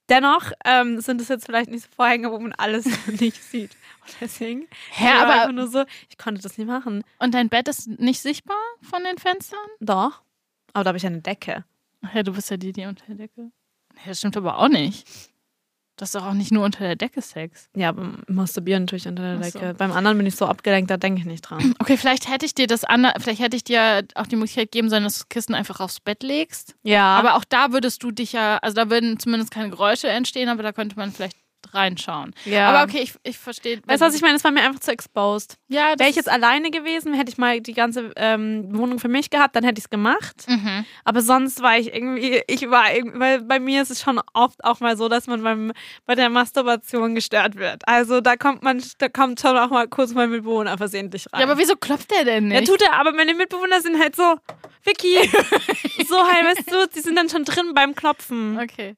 Speaker 2: Dennoch ähm, sind es jetzt vielleicht nicht so Vorhänge, wo man alles nicht sieht. Und deswegen,
Speaker 1: Hä,
Speaker 2: ich war
Speaker 1: aber-
Speaker 2: einfach nur so, ich konnte das nicht machen.
Speaker 1: Und dein Bett ist nicht sichtbar von den Fenstern?
Speaker 2: Doch. Aber da habe ich ja eine Decke.
Speaker 1: Ach ja, du bist ja die, die unter der Decke. Nee, das stimmt aber auch nicht. Das ist doch auch nicht nur unter der Decke Sex.
Speaker 2: Ja, beim masturbieren natürlich unter der
Speaker 1: Ach so.
Speaker 2: Decke. Beim anderen bin ich so abgelenkt, da denke ich nicht dran.
Speaker 1: Okay, vielleicht hätte ich dir das andere, vielleicht hätte ich dir auch die Möglichkeit geben sollen, dass du das Kissen einfach aufs Bett legst.
Speaker 2: Ja, aber
Speaker 1: Aber auch da würdest du dich ja, also da würden zumindest keine Geräusche entstehen, aber da könnte man vielleicht reinschauen.
Speaker 2: Ja.
Speaker 1: Aber okay, ich, ich verstehe.
Speaker 2: weißt du, was ich meine? Das war mir einfach zu exposed.
Speaker 1: Ja, das
Speaker 2: Wäre ich jetzt
Speaker 1: ist-
Speaker 2: alleine gewesen, hätte ich mal die ganze ähm, Wohnung für mich gehabt, dann hätte ich es gemacht.
Speaker 1: Mhm.
Speaker 2: Aber sonst war ich irgendwie, ich war irgendwie, weil bei mir ist es schon oft auch mal so, dass man beim, bei der Masturbation gestört wird. Also da kommt man, da kommt schon auch mal kurz mein Mitbewohner versehentlich rein.
Speaker 1: Ja, aber wieso klopft der denn
Speaker 2: Ja,
Speaker 1: nicht?
Speaker 2: tut er, aber meine Mitbewohner sind halt so, Vicky, so halt, weißt du, die sind dann schon drin beim Klopfen.
Speaker 1: Okay.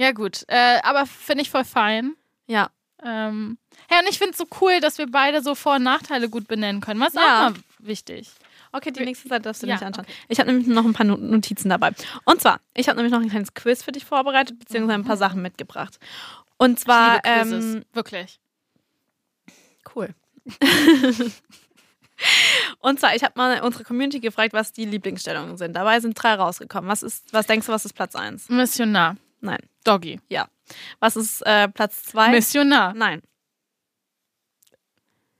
Speaker 1: Ja, gut. Äh, aber finde ich voll fein.
Speaker 2: Ja.
Speaker 1: Ähm, hey, und ich finde es so cool, dass wir beide so Vor- und Nachteile gut benennen können. Was ist
Speaker 2: Ja.
Speaker 1: auch mal wichtig.
Speaker 2: Okay, die nächste Seite darfst du
Speaker 1: Ja,
Speaker 2: nicht anschauen. Ich habe nämlich noch ein paar No- Notizen dabei. Und zwar, ich habe nämlich noch ein kleines Quiz für dich vorbereitet, beziehungsweise ein paar Sachen mitgebracht. Und zwar,
Speaker 1: Mhm. Ich liebe Quizzes.
Speaker 2: ähm,
Speaker 1: Wirklich.
Speaker 2: cool. Und zwar, ich habe mal unsere Community gefragt, was die Lieblingsstellungen sind. Dabei sind drei rausgekommen. Was ist, was denkst du, was ist Platz 1?
Speaker 1: Missionar.
Speaker 2: Nein.
Speaker 1: Doggy.
Speaker 2: Ja. Was ist äh, Platz 2?
Speaker 1: Missionar.
Speaker 2: Nein.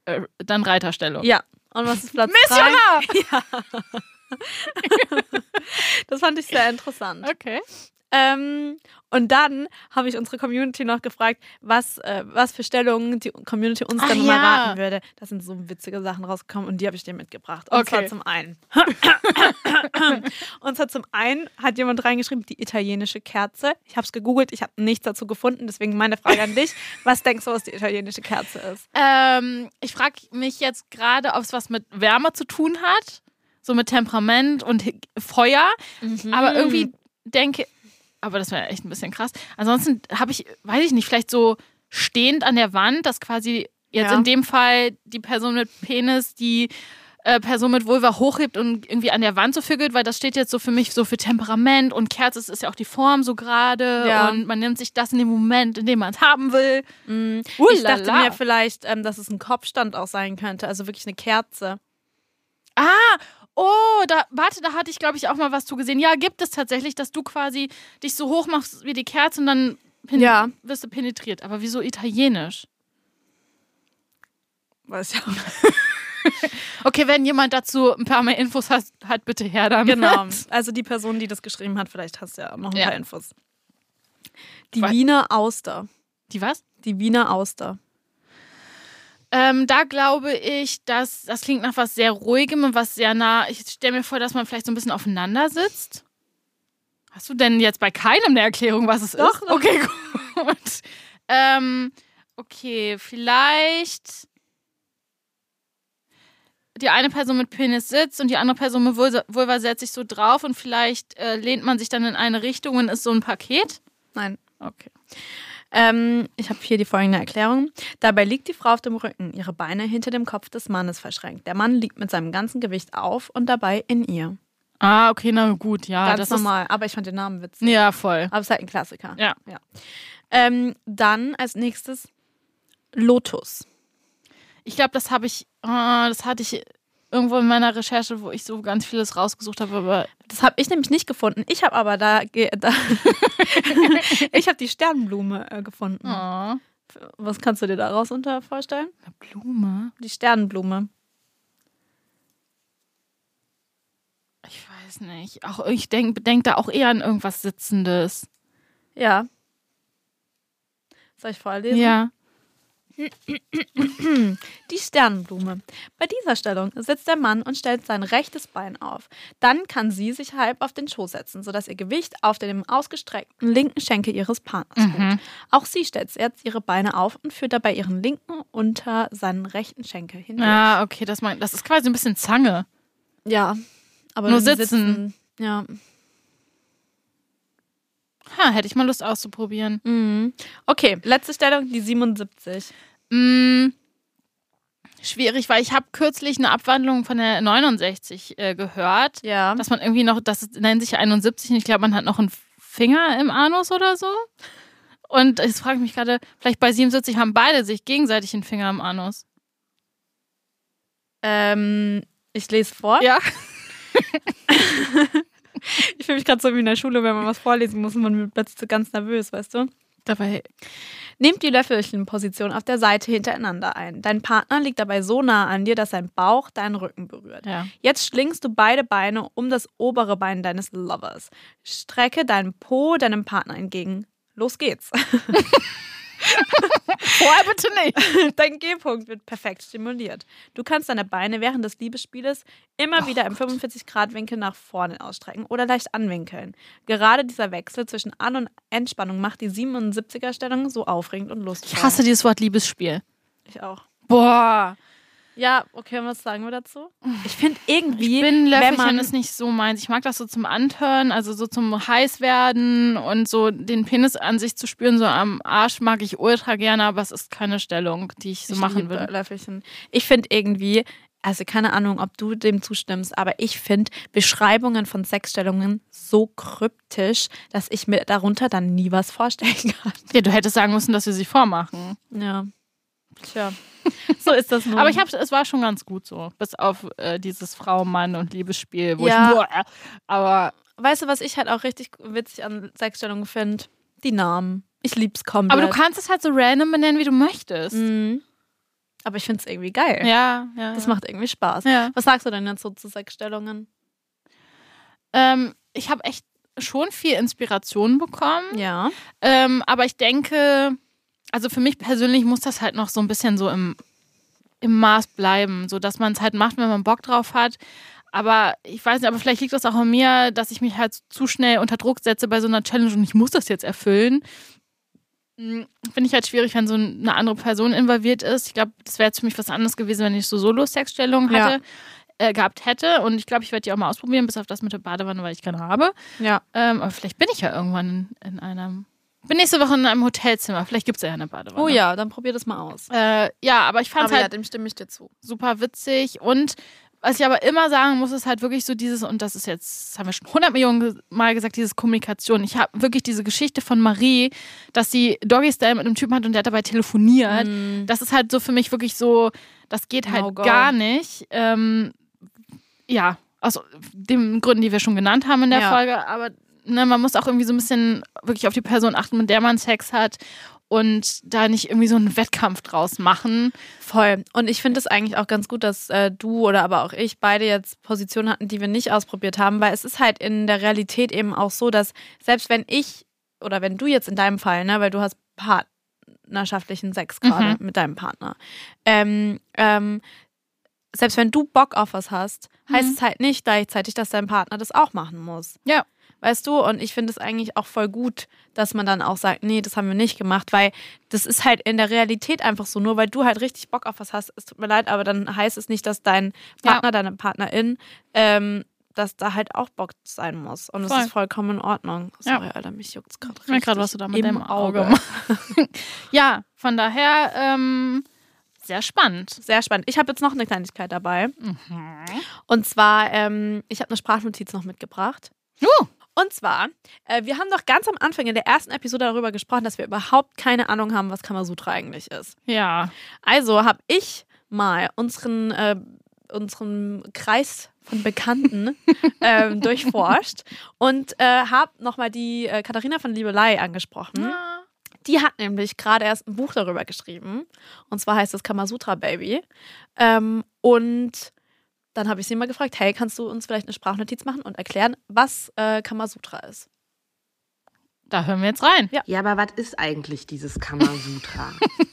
Speaker 1: Äh, dann Reiterstellung.
Speaker 2: Ja. Und was ist Platz 3?
Speaker 1: Missionar!
Speaker 2: Das fand ich sehr interessant.
Speaker 1: Okay.
Speaker 2: Ähm, und dann habe ich unsere Community noch gefragt, was, äh, was für Stellungen die Community uns
Speaker 1: Ach
Speaker 2: dann mal
Speaker 1: ja.
Speaker 2: raten würde. Da sind so witzige Sachen rausgekommen und die habe ich dir mitgebracht. Und zwar
Speaker 1: Okay.
Speaker 2: zum einen. und zwar zum einen hat jemand reingeschrieben, die italienische Kerze. Ich habe es gegoogelt, ich habe nichts dazu gefunden, deswegen meine Frage an dich. Was denkst du, was die italienische Kerze ist?
Speaker 1: Ähm, ich frage mich jetzt gerade, ob es was mit Wärme zu tun hat. So mit Temperament und Hi- Feuer.
Speaker 2: Mhm.
Speaker 1: Aber irgendwie denke aber das wäre echt ein bisschen krass. Ansonsten habe ich, weiß ich nicht, vielleicht so stehend an der Wand, dass quasi jetzt
Speaker 2: Ja.
Speaker 1: in dem Fall die Person mit Penis die äh, Person mit Vulva hochhebt und irgendwie an der Wand so fügelt, weil das steht jetzt so für mich so für Temperament und Kerze es ist ja auch die Form so gerade
Speaker 2: Ja.
Speaker 1: und man nimmt sich das in dem Moment, in dem man es haben will.
Speaker 2: Mhm.
Speaker 1: Uh,
Speaker 2: ich dachte
Speaker 1: Ulala.
Speaker 2: mir vielleicht, ähm, dass es ein Kopfstand auch sein könnte, also wirklich eine Kerze.
Speaker 1: Oh, da, warte, da hatte ich, glaube ich, auch mal was zu gesehen. Ja, gibt es tatsächlich, dass du quasi dich so hoch machst wie die Kerze und dann pen-
Speaker 2: Ja.
Speaker 1: wirst du penetriert. Aber wieso italienisch?
Speaker 2: Weiß ich auch nicht.
Speaker 1: Okay, wenn jemand dazu ein paar mehr Infos hat, hat bitte her damit.
Speaker 2: Genau. Also die Person, die das geschrieben hat, vielleicht hast du ja noch ein
Speaker 1: Ja.
Speaker 2: paar Infos. Die
Speaker 1: Weil-
Speaker 2: Wiener Auster.
Speaker 1: Die was?
Speaker 2: Die Wiener Auster.
Speaker 1: Ähm, da glaube ich, dass das klingt nach was sehr Ruhigem und was sehr nah. Ich stelle mir vor, dass man vielleicht so ein bisschen aufeinander sitzt. Hast du denn jetzt bei keinem eine Erklärung, was es
Speaker 2: Doch,
Speaker 1: ist?
Speaker 2: doch.
Speaker 1: Okay, gut. Ähm, okay, vielleicht die eine Person mit Penis sitzt und die andere Person mit Vulva, Vulva setzt sich so drauf und vielleicht äh, lehnt man sich dann in eine Richtung und ist so ein Paket.
Speaker 2: Nein.
Speaker 1: Okay.
Speaker 2: Ähm, ich habe hier die folgende Erklärung. Dabei liegt die Frau auf dem Rücken, ihre Beine hinter dem Kopf des Mannes verschränkt. Der Mann liegt mit seinem ganzen Gewicht auf und dabei in ihr.
Speaker 1: Ah, okay, na gut, ja. das
Speaker 2: Ganz normal. Aber ich fand den Namen witzig.
Speaker 1: Ist, ja, voll.
Speaker 2: Aber es ist halt ein Klassiker.
Speaker 1: Ja.
Speaker 2: Ähm, dann als nächstes Lotus.
Speaker 1: Ich glaube, das habe ich, ah, das hatte ich irgendwo in meiner Recherche, wo ich so ganz vieles rausgesucht habe, aber
Speaker 2: Das habe ich nämlich nicht gefunden. Ich habe aber da, ge- da ich habe die Sternblume äh, gefunden.
Speaker 1: Ah,
Speaker 2: Was kannst du dir daraus unter vorstellen?
Speaker 1: eine Blume.
Speaker 2: Die Sternenblume.
Speaker 1: Ich weiß nicht. Auch ich denke denk da auch eher an irgendwas Sitzendes.
Speaker 2: Ja. Soll ich vorlesen?
Speaker 1: Ja.
Speaker 2: Die Sternenblume. Bei dieser Stellung sitzt der Mann und stellt sein rechtes Bein auf. Dann kann sie sich halb auf den Schoß setzen, sodass ihr Gewicht auf dem ausgestreckten linken Schenkel ihres Partners
Speaker 1: Mhm.
Speaker 2: ruht. Auch sie stellt jetzt ihre Beine auf und führt dabei ihren linken unter seinen rechten Schenkel hindurch.
Speaker 1: Ah, okay, das, mein, das ist quasi ein bisschen Zange.
Speaker 2: Ja, aber
Speaker 1: Nur
Speaker 2: wenn sie
Speaker 1: sitzen.
Speaker 2: Ja.
Speaker 1: Ha, hätte ich mal Lust auszuprobieren.
Speaker 2: Mhm. Okay, letzte Stellung, die 77.
Speaker 1: Mm, schwierig, weil ich habe kürzlich eine Abwandlung von der 69 äh, gehört,
Speaker 2: Ja.
Speaker 1: dass man irgendwie noch, das nennt sich ja 71 und ich glaube, man hat noch einen Finger im Anus oder so. Und ich frage mich gerade, vielleicht bei 77 haben beide sich gegenseitig einen Finger im Anus.
Speaker 2: Ähm, ich lese vor.
Speaker 1: Ja.
Speaker 2: Ich fühle mich gerade so wie in der Schule, wenn man was vorlesen muss und man wird plötzlich so ganz nervös, weißt du?
Speaker 1: Dabei.
Speaker 2: Nehmt die Löffelchenposition auf der Seite hintereinander ein. Dein Partner liegt dabei so nah an dir, dass sein Bauch deinen Rücken berührt.
Speaker 1: Ja.
Speaker 2: Jetzt schlingst du beide Beine um das obere Bein deines Lovers. Strecke deinen Po deinem Partner entgegen. Los geht's.
Speaker 1: Vorher bitte nicht.
Speaker 2: Dein G-Punkt wird perfekt stimuliert. Du kannst deine Beine während des Liebesspieles immer wieder im 45-Grad-Winkel nach vorne ausstrecken oder leicht anwinkeln. Gerade dieser Wechsel zwischen An- und Entspannung macht die 77er-Stellung so aufregend und lustig.
Speaker 1: Ich hasse dieses Wort Liebesspiel.
Speaker 2: Ich auch.
Speaker 1: Boah.
Speaker 2: Ja, okay, was sagen wir dazu? Ich finde irgendwie,
Speaker 1: Ich bin
Speaker 2: wenn
Speaker 1: Löffelchen
Speaker 2: man
Speaker 1: ist nicht so meins. Ich mag das so zum Antören, also so zum heiß werden und so den Penis an sich zu spüren, so am Arsch mag ich ultra gerne, aber es ist keine Stellung, die ich so
Speaker 2: Ich
Speaker 1: machen
Speaker 2: liebe
Speaker 1: würde.
Speaker 2: Löffelchen. Ich finde irgendwie, also keine Ahnung, ob du dem zustimmst, aber ich finde Beschreibungen von Sexstellungen so kryptisch, dass ich mir darunter dann nie was vorstellen kann.
Speaker 1: Ja, du hättest sagen müssen, dass wir sie vormachen.
Speaker 2: Ja. Tja. So ist das nun.
Speaker 1: Aber ich hab, es war schon ganz gut so, bis auf äh, dieses Frau, Mann und Liebesspiel, wo
Speaker 2: Ja.
Speaker 1: ich nur, äh, aber,
Speaker 2: weißt du, was ich halt auch richtig witzig an Sexstellungen finde? Die Namen. Ich lieb's komplett.
Speaker 1: aber du kannst es halt so random benennen, wie du möchtest.
Speaker 2: Mhm. Aber ich find's irgendwie geil.
Speaker 1: Ja, ja.
Speaker 2: Das macht irgendwie Spaß.
Speaker 1: ja.
Speaker 2: Was sagst du denn jetzt so zu Sexstellungen?
Speaker 1: Ähm, ich habe echt schon viel Inspiration bekommen.
Speaker 2: Ja.
Speaker 1: Ähm, aber ich denke, also für mich persönlich muss das halt noch so ein bisschen so im, im Maß bleiben, so dass man es halt macht, wenn man Bock drauf hat. Aber ich weiß nicht, aber vielleicht liegt das auch an mir, dass ich mich halt zu schnell unter Druck setze bei so einer Challenge und ich muss das jetzt erfüllen. Hm, Finde ich halt schwierig, wenn so eine andere Person involviert ist. Ich glaube, das wäre jetzt für mich was anderes gewesen, wenn ich so Solo-Sexstellungen
Speaker 2: Ja.
Speaker 1: hatte, äh, gehabt hätte. Und ich glaube, ich werde die auch mal ausprobieren, bis auf das mit der Badewanne, weil ich keine habe.
Speaker 2: Ja.
Speaker 1: Ähm, aber vielleicht bin ich ja irgendwann in, in einem. Bin nächste Woche in einem Hotelzimmer. Vielleicht gibt es ja eine Badewanne.
Speaker 2: Oh ja, dann probier das mal aus.
Speaker 1: Äh, ja, aber ich fand es
Speaker 2: Aber ja,
Speaker 1: halt
Speaker 2: dem stimme ich dir zu.
Speaker 1: super witzig. Und was ich aber immer sagen muss, ist halt wirklich so dieses, und das ist jetzt, das haben wir schon 100 Millionen ge- Mal gesagt, dieses Kommunikation. Ich habe wirklich diese Geschichte von Marie, dass sie Doggy-Style mit einem Typen hat und der hat dabei telefoniert. Das ist halt so für mich wirklich so, das geht halt
Speaker 2: No-go.
Speaker 1: gar nicht. Ähm, ja, aus den Gründen, die wir schon genannt haben in der
Speaker 2: Ja.
Speaker 1: Folge. Aber ne, man muss auch irgendwie so ein bisschen wirklich auf die Person achten, mit der man Sex hat. Und da nicht irgendwie so einen Wettkampf draus machen.
Speaker 2: Voll. Und ich finde es eigentlich auch ganz gut, dass äh, du oder aber auch ich beide jetzt Positionen hatten, die wir nicht ausprobiert haben, weil es ist halt in der Realität eben auch so, dass selbst wenn ich oder wenn du jetzt in deinem Fall, ne, weil du hast partnerschaftlichen Sex gerade mit deinem Partner, ähm, ähm, selbst wenn du Bock auf was hast, heißt es halt nicht gleichzeitig, dass dein Partner das auch machen muss.
Speaker 1: Ja.
Speaker 2: Weißt du, und ich finde es eigentlich auch voll gut, dass man dann auch sagt, nee, das haben wir nicht gemacht, weil das ist halt in der Realität einfach so. Nur weil du halt richtig Bock auf was hast, es tut mir leid, aber dann heißt es nicht, dass dein
Speaker 1: Ja.
Speaker 2: Partner, deine Partnerin, ähm, dass da halt auch Bock sein muss. Und das
Speaker 1: Voll.
Speaker 2: ist vollkommen in Ordnung.
Speaker 1: Ja.
Speaker 2: Sorry, Alter, mich juckt's gerade
Speaker 1: Ich merk
Speaker 2: richtig.
Speaker 1: grad, was du da mit
Speaker 2: im
Speaker 1: deinem Auge machst. ja, von daher ähm, Sehr spannend.
Speaker 2: Sehr spannend. Ich habe jetzt noch eine Kleinigkeit dabei.
Speaker 1: Mhm.
Speaker 2: Und zwar, ähm, ich habe eine Sprachnotiz noch mitgebracht.
Speaker 1: Uh,
Speaker 2: Und zwar, äh, wir haben doch ganz am Anfang in der ersten Episode darüber gesprochen, dass wir überhaupt keine Ahnung haben, was Kamasutra eigentlich ist.
Speaker 1: ja.
Speaker 2: Also habe ich mal unseren, äh, unseren Kreis von Bekannten ähm, durchforscht und äh, habe nochmal die äh, Katharina von Liebelei
Speaker 1: Hm?
Speaker 2: angesprochen. Die hat nämlich gerade erst ein Buch darüber geschrieben. Und zwar heißt es Kamasutra Baby. Ähm, und dann habe ich sie mal gefragt, hey, kannst du uns vielleicht eine Sprachnotiz machen und erklären, was äh, Kamasutra ist?
Speaker 1: Da hören wir jetzt rein.
Speaker 6: Ja, aber was ist eigentlich dieses Kamasutra?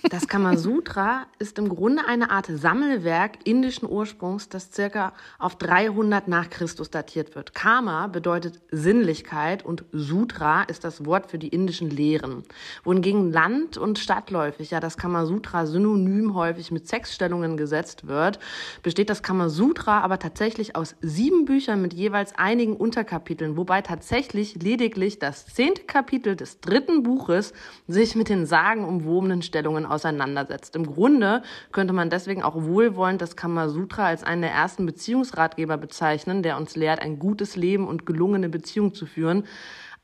Speaker 6: Das Kamasutra ist im Grunde eine Art Sammelwerk indischen Ursprungs, das circa auf 300 nach Christus datiert wird. Kama bedeutet Sinnlichkeit und Sutra ist das Wort für die indischen Lehren. Wohingegen land- und stadtläufig ja das Kamasutra synonym häufig mit Sexstellungen gesetzt wird, besteht das Kamasutra aber tatsächlich aus sieben Büchern mit jeweils einigen Unterkapiteln, wobei tatsächlich lediglich das zehnte Kapitel des dritten Buches sich mit den sagenumwobenen Stellungen auseinandersetzt. Im Grunde könnte man deswegen auch wohlwollend das Kamasutra als einen der ersten Beziehungsratgeber bezeichnen, der uns lehrt, ein gutes Leben und gelungene Beziehung zu führen.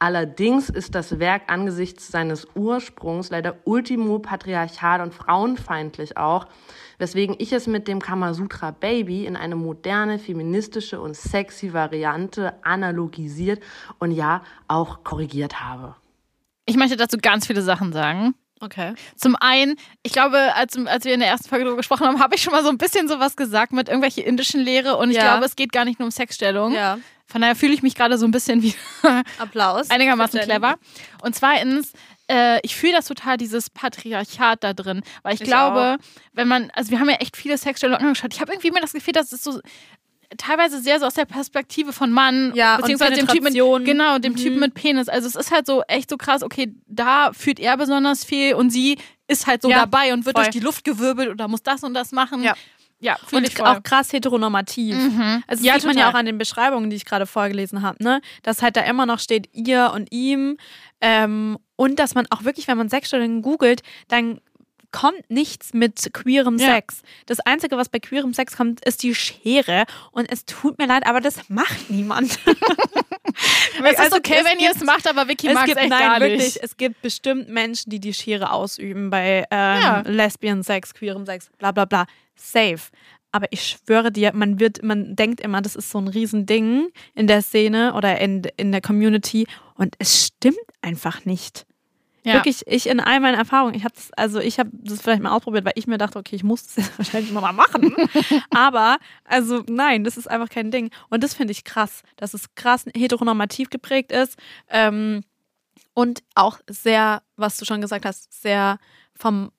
Speaker 6: Allerdings ist das Werk angesichts seines Ursprungs leider ultimo patriarchal und frauenfeindlich auch, weswegen ich es mit dem Kamasutra Baby in eine moderne, feministische und sexy Variante analogisiert und ja auch korrigiert habe.
Speaker 1: Ich möchte dazu ganz viele Sachen sagen.
Speaker 2: Okay.
Speaker 1: Zum einen, ich glaube, als, als wir in der ersten Folge darüber gesprochen haben, habe ich schon mal so ein bisschen sowas gesagt mit irgendwelche indischen Lehre und ich
Speaker 2: Ja.
Speaker 1: glaube, es geht gar nicht nur um Sexstellung.
Speaker 2: Ja.
Speaker 1: Von daher fühle ich mich gerade so ein bisschen wie
Speaker 2: Applaus.
Speaker 1: einigermaßen
Speaker 2: Für Jenny.
Speaker 1: clever. Und zweitens, äh, ich fühle das total, dieses Patriarchat da drin. Weil ich,
Speaker 2: Ich
Speaker 1: glaube, wenn man, also wir haben ja echt viele Sexstellungen angeschaut. Ich habe irgendwie immer das Gefühl, dass es so teilweise sehr so aus der Perspektive von Mann,
Speaker 2: Ja, und
Speaker 1: beziehungsweise dem Typen mit,
Speaker 2: Penetration. Mhm.
Speaker 1: genau, dem Typen mit Penis. Also es ist halt so echt so krass, okay, da fühlt er besonders viel und sie ist halt so
Speaker 2: Ja,
Speaker 1: dabei und wird
Speaker 2: voll.
Speaker 1: durch die Luft gewirbelt oder muss das und das machen.
Speaker 2: Ja.
Speaker 1: Ja, fühle ich
Speaker 2: Und
Speaker 1: voll. Mhm.
Speaker 2: auch krass heteronormativ. Also das
Speaker 1: Ja,
Speaker 2: sieht man ja
Speaker 1: total.
Speaker 2: auch an den Beschreibungen, die ich gerade vorgelesen habe, ne? Dass halt da immer noch steht ihr und ihm. Ähm, und dass man auch wirklich, wenn man Sexstellungen googelt, dann kommt nichts mit queerem
Speaker 1: Ja.
Speaker 2: Sex. Das Einzige, was bei queerem Sex kommt, ist die Schere. Und es tut mir leid, aber das macht niemand.
Speaker 1: es ist
Speaker 2: also
Speaker 1: okay,
Speaker 2: es
Speaker 1: wenn ihr es
Speaker 2: gibt-
Speaker 1: macht, aber Vicky
Speaker 2: es
Speaker 1: mag es
Speaker 2: gibt,
Speaker 1: echt
Speaker 2: nein,
Speaker 1: gar nicht.
Speaker 2: wirklich, es gibt bestimmt Menschen, die die Schere ausüben bei ähm,
Speaker 1: Ja.
Speaker 2: Lesbian Sex, queerem Sex, bla bla bla. Safe. Aber ich schwöre dir, man wird, man denkt immer, das ist so ein Riesending in der Szene oder in, in der Community. Und es stimmt einfach nicht.
Speaker 1: Ja.
Speaker 2: Wirklich, ich in all meinen Erfahrungen, ich habe das, also ich habe das vielleicht mal ausprobiert, weil ich mir dachte, okay, ich muss das jetzt wahrscheinlich mal machen. Aber, also nein, das ist einfach kein Ding. Und das finde ich krass, dass es krass heteronormativ geprägt ist ähm, und auch sehr, was du schon gesagt hast, sehr vom,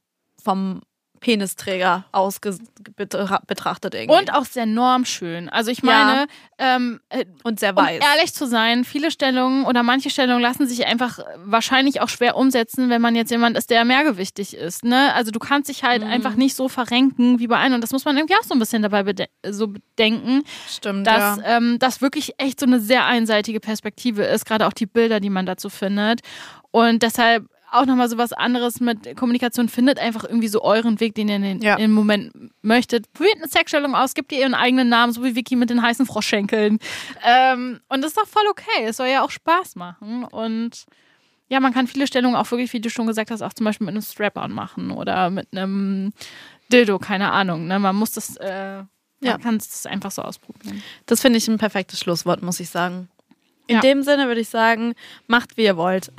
Speaker 2: vom Penisträger aus ges- betra betrachtet irgendwie.
Speaker 1: Und auch sehr normschön. Also ich
Speaker 2: Ja.
Speaker 1: meine, ähm, äh,
Speaker 2: und sehr
Speaker 1: um
Speaker 2: weiß.
Speaker 1: ehrlich zu sein, viele Stellungen oder manche Stellungen lassen sich einfach äh, wahrscheinlich auch schwer umsetzen, wenn man jetzt jemand ist, der mehrgewichtig ist. Ne? Also du kannst dich
Speaker 2: Mhm.
Speaker 1: halt einfach nicht so verrenken wie bei einem. Und das muss man irgendwie auch so ein bisschen dabei bede so bedenken,
Speaker 2: Stimmt,
Speaker 1: dass
Speaker 2: ja.
Speaker 1: ähm, das wirklich echt so eine sehr einseitige Perspektive ist, gerade auch die Bilder, die man dazu findet. Und deshalb auch nochmal so was anderes mit Kommunikation. Findet einfach irgendwie so euren Weg, den ihr in den,
Speaker 2: Ja.
Speaker 1: im Moment möchtet. Probiert eine Sexstellung aus, gebt ihr ihren eigenen Namen, so wie Vicky mit den heißen Froschschenkeln. Ähm, und das ist doch voll okay. Es soll ja auch Spaß machen. Und ja, man kann viele Stellungen auch wirklich, wie du schon gesagt hast, auch zum Beispiel mit einem Strap-on machen oder mit einem Dildo, keine Ahnung. Ne? Man muss das, äh,
Speaker 2: Ja.
Speaker 1: man kann es einfach so ausprobieren.
Speaker 2: Das finde ich ein perfektes Schlusswort, muss ich sagen. In
Speaker 1: Ja.
Speaker 2: dem Sinne würde ich sagen, macht wie ihr wollt.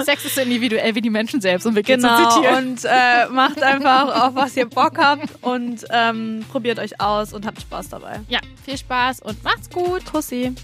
Speaker 1: Sex ist so individuell wie die Menschen selbst und wir gehen zu
Speaker 2: Genau,
Speaker 1: zitieren.
Speaker 2: und äh, macht einfach auf, was ihr Bock habt und ähm, probiert euch aus und habt Spaß dabei.
Speaker 1: Ja, viel Spaß und macht's gut. Kussi.